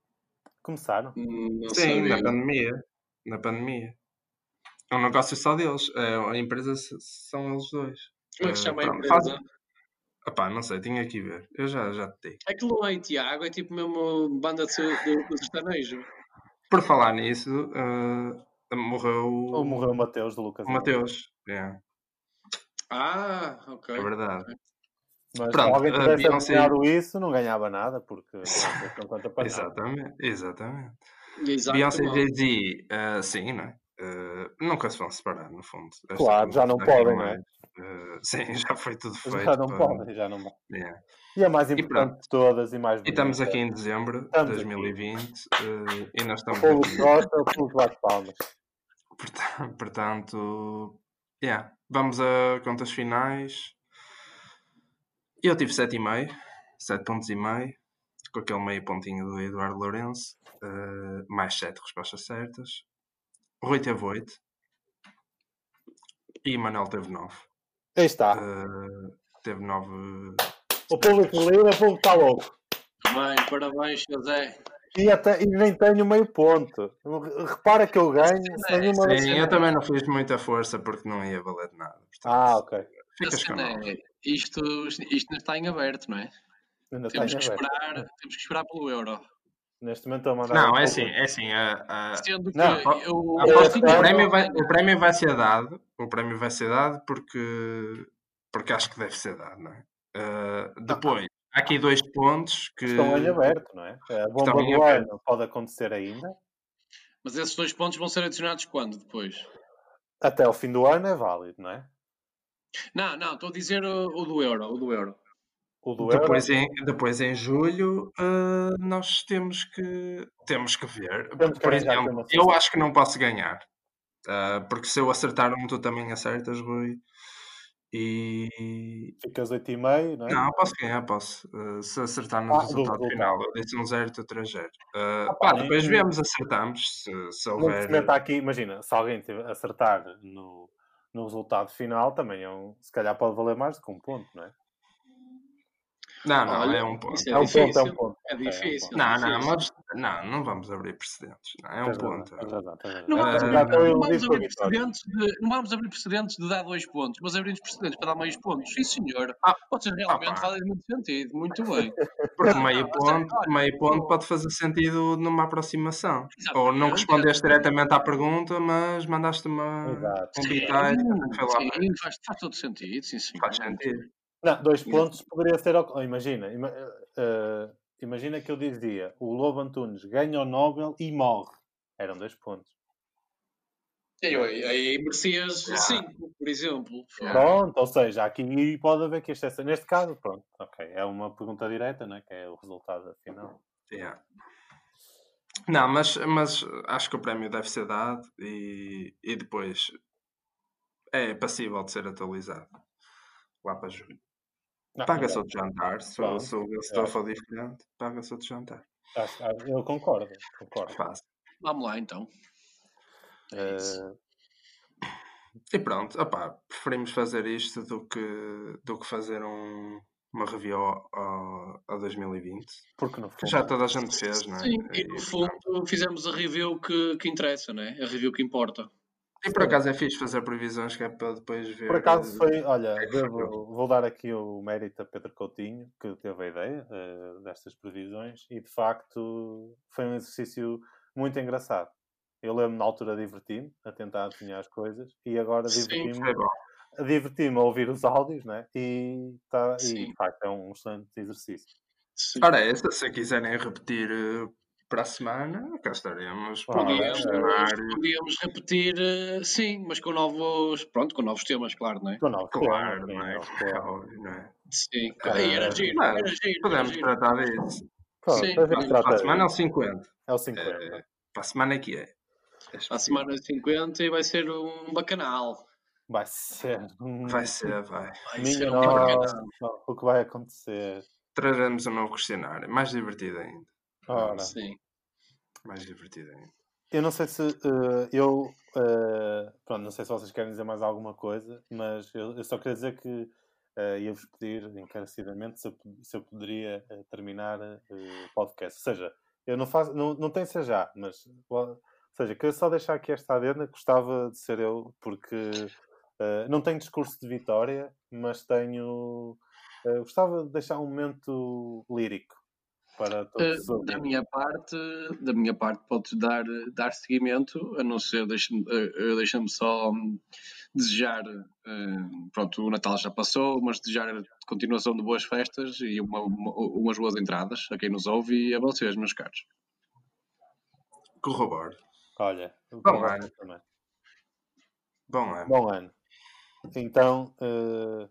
S5: Começaram.
S4: Não
S6: Sim,
S4: sabia.
S6: na pandemia. Na pandemia. É um negócio só deles. É, a empresa s- são eles dois.
S4: Como é que se chama a
S6: Eh, pronto,
S4: empresa?
S6: fazem- Epá, não sei, tinha que ir ver. Eu já, já te digo.
S4: Aquilo lá em Tiago é tipo mesmo banda de, de, de sertanejo.
S6: Por falar nisso, eh, morreu
S5: Ou
S6: o
S5: morreu o Mateus do Lucas.
S6: Mateus. É,
S4: Ah, ok.
S6: é verdade.
S5: Mas é?
S6: Pronto,
S5: se alguém
S6: a
S5: tivesse
S6: Beyoncé-
S5: apanhado isso, não ganhava nada, porque é um não conta para (laughs) nada.
S6: Exatamente, exatamente.
S4: Exato,
S6: Beyoncé e
S4: mal.
S6: Jay-Z, eh, sim, não é? Eh, nunca se vão separar, no fundo. Esta
S5: Claro, já não
S6: conversa aqui
S5: podem, não é?
S6: mais, eh, sim, (laughs) já foi tudo feito. ah.
S5: Já não
S6: pá.
S5: podem, já não vão.
S6: É.
S5: E a mais
S6: E
S5: importante de todas e mais
S6: E
S5: bonita.
S6: estamos aqui em dezembro de
S5: Estamos aqui.
S6: 2020 eh, e
S5: O
S6: nós estamos
S5: povo
S6: aqui.
S5: que gosta, o povo que bate palmas.
S6: Porta- (laughs) Portanto, yeah. vamos a contas finais. Eu tive 7,5, 7 pontos e meio, com aquele meio pontinho do Eduardo Lourenço, eh, mais 7 respostas certas. O Rui teve 8 e Manuel teve 9.
S5: Aí está.
S6: Eh, teve 9.
S5: O povo que lê, o povo que está louco.
S4: Bem, parabéns, José.
S5: E, até- e nem tenho meio ponto. Repara que eu ganho sem uma das.
S6: Sim, eu também não fiz muita força porque não ia valer de nada. Portanto,
S5: Ah, ok.
S4: A
S6: ficas com
S4: cena
S6: nove.
S4: é, isto, isto ainda está em aberto, não é?
S5: Ainda tenho a
S4: Temos que,
S5: ver.
S4: esperar, temos que esperar pelo euro.
S5: Neste momento estou a mandar.
S6: Não,
S5: um
S6: é
S5: pouco-
S6: assim, é assim. a- a-
S4: Sendo que
S5: Não,
S4: eu, eu
S5: Ah,
S6: Aposto que
S5: claro.
S6: o prémio, vai, o prémio vai ser dado. O prémio vai ser dado porque, porque acho que deve ser dado, não é? Ah, depois, há aqui dois pontos que.
S5: Tá. Estão em aberto, não é? A bomba
S6: eh, Estão em
S5: do
S6: aberto.
S5: ano pode acontecer ainda.
S4: Mas esses dois pontos vão ser adicionados quando depois?
S5: Até o fim do ano é válido, não é?
S4: Não, não, estou a dizer o, o do euro, o do euro.
S5: O do euro.
S6: Depois em, depois em julho ah, nós temos que temos que ver.
S5: Temos que
S6: Por
S5: arranjar
S6: exemplo,
S5: uma
S6: eu
S5: solução.
S6: acho que não posso ganhar. Ah, porque se eu acertar um, tu também acertas, Rui. E,
S5: Fica às 8h30, não é?
S6: Não, posso ganhar, posso. Uh, se acertar no
S5: Ah,
S6: resultado
S5: do- do-
S6: final, eu disse um 0 tu 3 0. Uh,
S5: Ah,
S6: pá,
S5: pá,
S6: depois
S5: nem-
S6: vemos, acertamos, se, se
S5: Não
S6: houver.
S5: se meta aqui, imagina, se alguém tiver- acertar no, no resultado final, também é um, se calhar pode valer mais do que um ponto, não é?
S6: Não, não,
S4: Olha,
S6: é um ponto.
S4: isso
S5: É um
S4: difícil.
S5: ponto, é um ponto.
S4: É
S5: Ok, é um
S4: difícil.
S5: ponto.
S6: Não, não,
S4: difícil.
S6: mas não, não vamos abrir precedentes. Não, é um
S5: Tens razão,
S6: ponto. Ah,
S5: tens razão, tens razão.
S4: Não
S6: vamos-
S5: Já estou a
S4: Não vamos
S5: iludir com a
S4: abrir
S5: vitória.
S4: precedentes de, não vamos abrir precedentes de dar dois pontos, mas abrimos precedentes para dar meios pontos. Sim, senhor.
S6: Ah,
S4: Vocês realmente
S6: pá.
S4: fazem muito sentido. Muito bem.
S6: Porque meio ponto,
S4: olha,
S6: meio ponto
S4: eu- Tá
S6: pode fazer sentido numa aproximação. Ou não
S4: Exatamente.
S6: respondeste diretamente à pergunta, mas mandaste uma
S5: Exato.
S6: um detalhe.
S4: Sim,
S6: foi lá.
S4: sim, faz, faz todo sentido, sim, senhor.
S6: Faz sentido.
S5: Não, dois pontos poderia ser. ao- oh, imagina, ima- eh, imagina que eu dizia: o Lobo Antunes ganha o Nobel e morre. Eram dois pontos.
S4: Eu, aí, aí merecias 5, por exemplo.
S5: Pronto, ou seja, aqui pode haver que exceção. Neste caso, pronto, ok. É uma pergunta direta, né? Que é o resultado final.
S6: Yeah. Não, mas, mas acho que o prémio deve ser dado e, e depois é passível de ser atualizado lá para junho.
S5: Não,
S6: Paga-se
S5: não,
S6: outro jantar, se,
S5: Claro.
S6: o- se o
S5: É.
S6: gestor for diferente, paga-se outro jantar.
S5: acho- acho- Eu concordo, concordo.
S6: Faz.
S4: Vamos lá então. É isso.
S5: Eh,
S6: E pronto, opá, preferimos fazer isto do que, do que fazer um, uma review ao- ao- a 2020,
S5: porque no
S6: que
S5: fundo,
S6: já tá- toda a gente fez, não é?
S4: Sim, e
S6: E,
S4: no fundo fizemos a review que, que interessa, né? A review que importa.
S6: e por acaso é fixe fazer previsões que é para depois ver.
S5: Por acaso
S6: eh,
S5: foi, olha,
S6: é que
S5: devo-
S6: falhou.
S5: vou dar aqui o mérito a Pedro Coutinho, que teve a ideia eh, destas previsões, e de facto foi um exercício muito engraçado. Eu lembro na altura diverti-me a tentar adivinhar as coisas e agora
S4: Sim,
S5: diverti-me
S6: Foi bom.
S5: diverti-me a ouvir os áudios, né? E, tá, e
S4: Sim.
S5: de facto é um excelente exercício.
S4: Sim.
S6: Ora, é isso, se quiserem repetir eh, para a semana, cá estaremos. para
S4: Podíamos,
S5: Ah,
S6: cenário.
S4: podíamos repetir, eh, sim, mas com novos, pronto, com novos temas, claro, não é?
S5: Com nove
S6: Claro,
S5: temas,
S6: não é?
S5: nove temas.
S6: É óbvio, não é?
S4: Sim,
S6: Ah,
S4: e era giro,
S6: claro,
S4: era giro.
S6: Podemos
S4: era giro.
S6: tratar disso.
S5: Pronto,
S4: Sim,
S5: a gente
S4: podemos
S5: trata-
S6: Para a semana é o 50.
S5: É o 50.
S6: Para a semana é que é.
S4: À semana 50 e vai ser um bacanal.
S5: Vai ser. um-
S6: Vai ser, vai.
S4: Vai ser
S5: Minha
S4: um
S5: nossa,
S4: bacanal.
S5: o que vai acontecer?
S6: Traremos um novo questionário. Mais divertido ainda.
S5: Ora.
S4: Sim.
S6: Mais divertido ainda.
S5: Eu não sei se eh, eu eh, pronto, não sei se vocês querem dizer mais alguma coisa, mas eu, eu só queria dizer que eh, ia-vos pedir encarecidamente se eu, po- se eu poderia eh, terminar eh, o podcast. Ou seja, eu não faço, não, não tem ser já, mas ou seja, queria só deixar aqui esta adenda, gostava de ser eu, porque eh, não tenho discurso de vitória, mas tenho eh, gostava de deixar um momento lírico para
S4: Eh,
S5: todos os ouvintes.
S4: da minha parte, da minha parte podes dar, dar seguimento, a não ser deixa-me eh, deixa-me só hum, desejar, eh, pronto, o Natal já passou, mas desejar continuação de boas festas e uma- uma- umas boas entradas a quem nos ouve e a vocês, meus caros.
S6: Corroboro.
S5: Olha,
S6: Bom
S5: para
S6: ano.
S5: vocês também.
S6: Bom ano.
S5: Bom ano. Então, eh,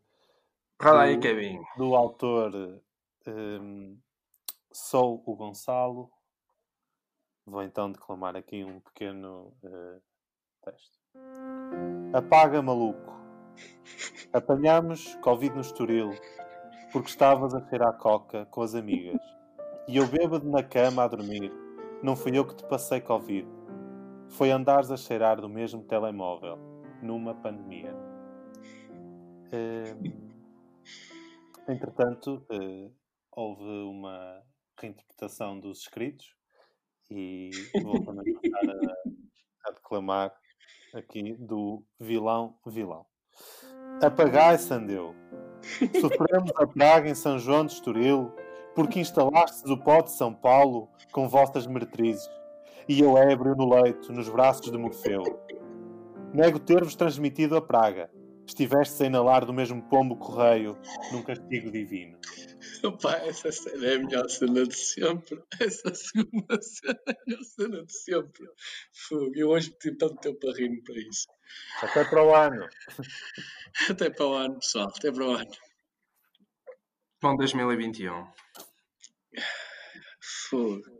S6: Roda aí,
S5: o-
S6: Kevin.
S5: do autor ehm, Sou o Gonçalo, vou então declamar aqui um pequeno eh, texto. Apaga, maluco. Apanhámos Covid no Estoril, porque estavas a cheirar coca com as amigas. E eu bêbado na cama a dormir. Não fui eu que te passei Covid. Foi andares a cheirar do mesmo telemóvel, numa pandemia. Ehm, Entretanto, eh, houve uma reinterpretação dos escritos e vou também passar a, a declamar aqui do vilão vilão. Apagai, Sandeu. Sofremos a praga em São João de Estoril porque instalastes o pó de São Paulo com vossas meretrizes e eu ébrio no leito, nos braços de Morfeu. Nego ter-vos transmitido a praga. Estivestes a inalar do mesmo pombo correio num castigo divino.
S4: Opa, essa cena é a melhor cena de sempre. Essa segunda (laughs) cena é a melhor cena de sempre. Fogo, eu hoje pedi tanto tempo a rir para isso.
S5: Até para o ano.
S4: Até para o ano, pessoal, até para o ano.
S6: um. Bom 2021.
S4: Fogo.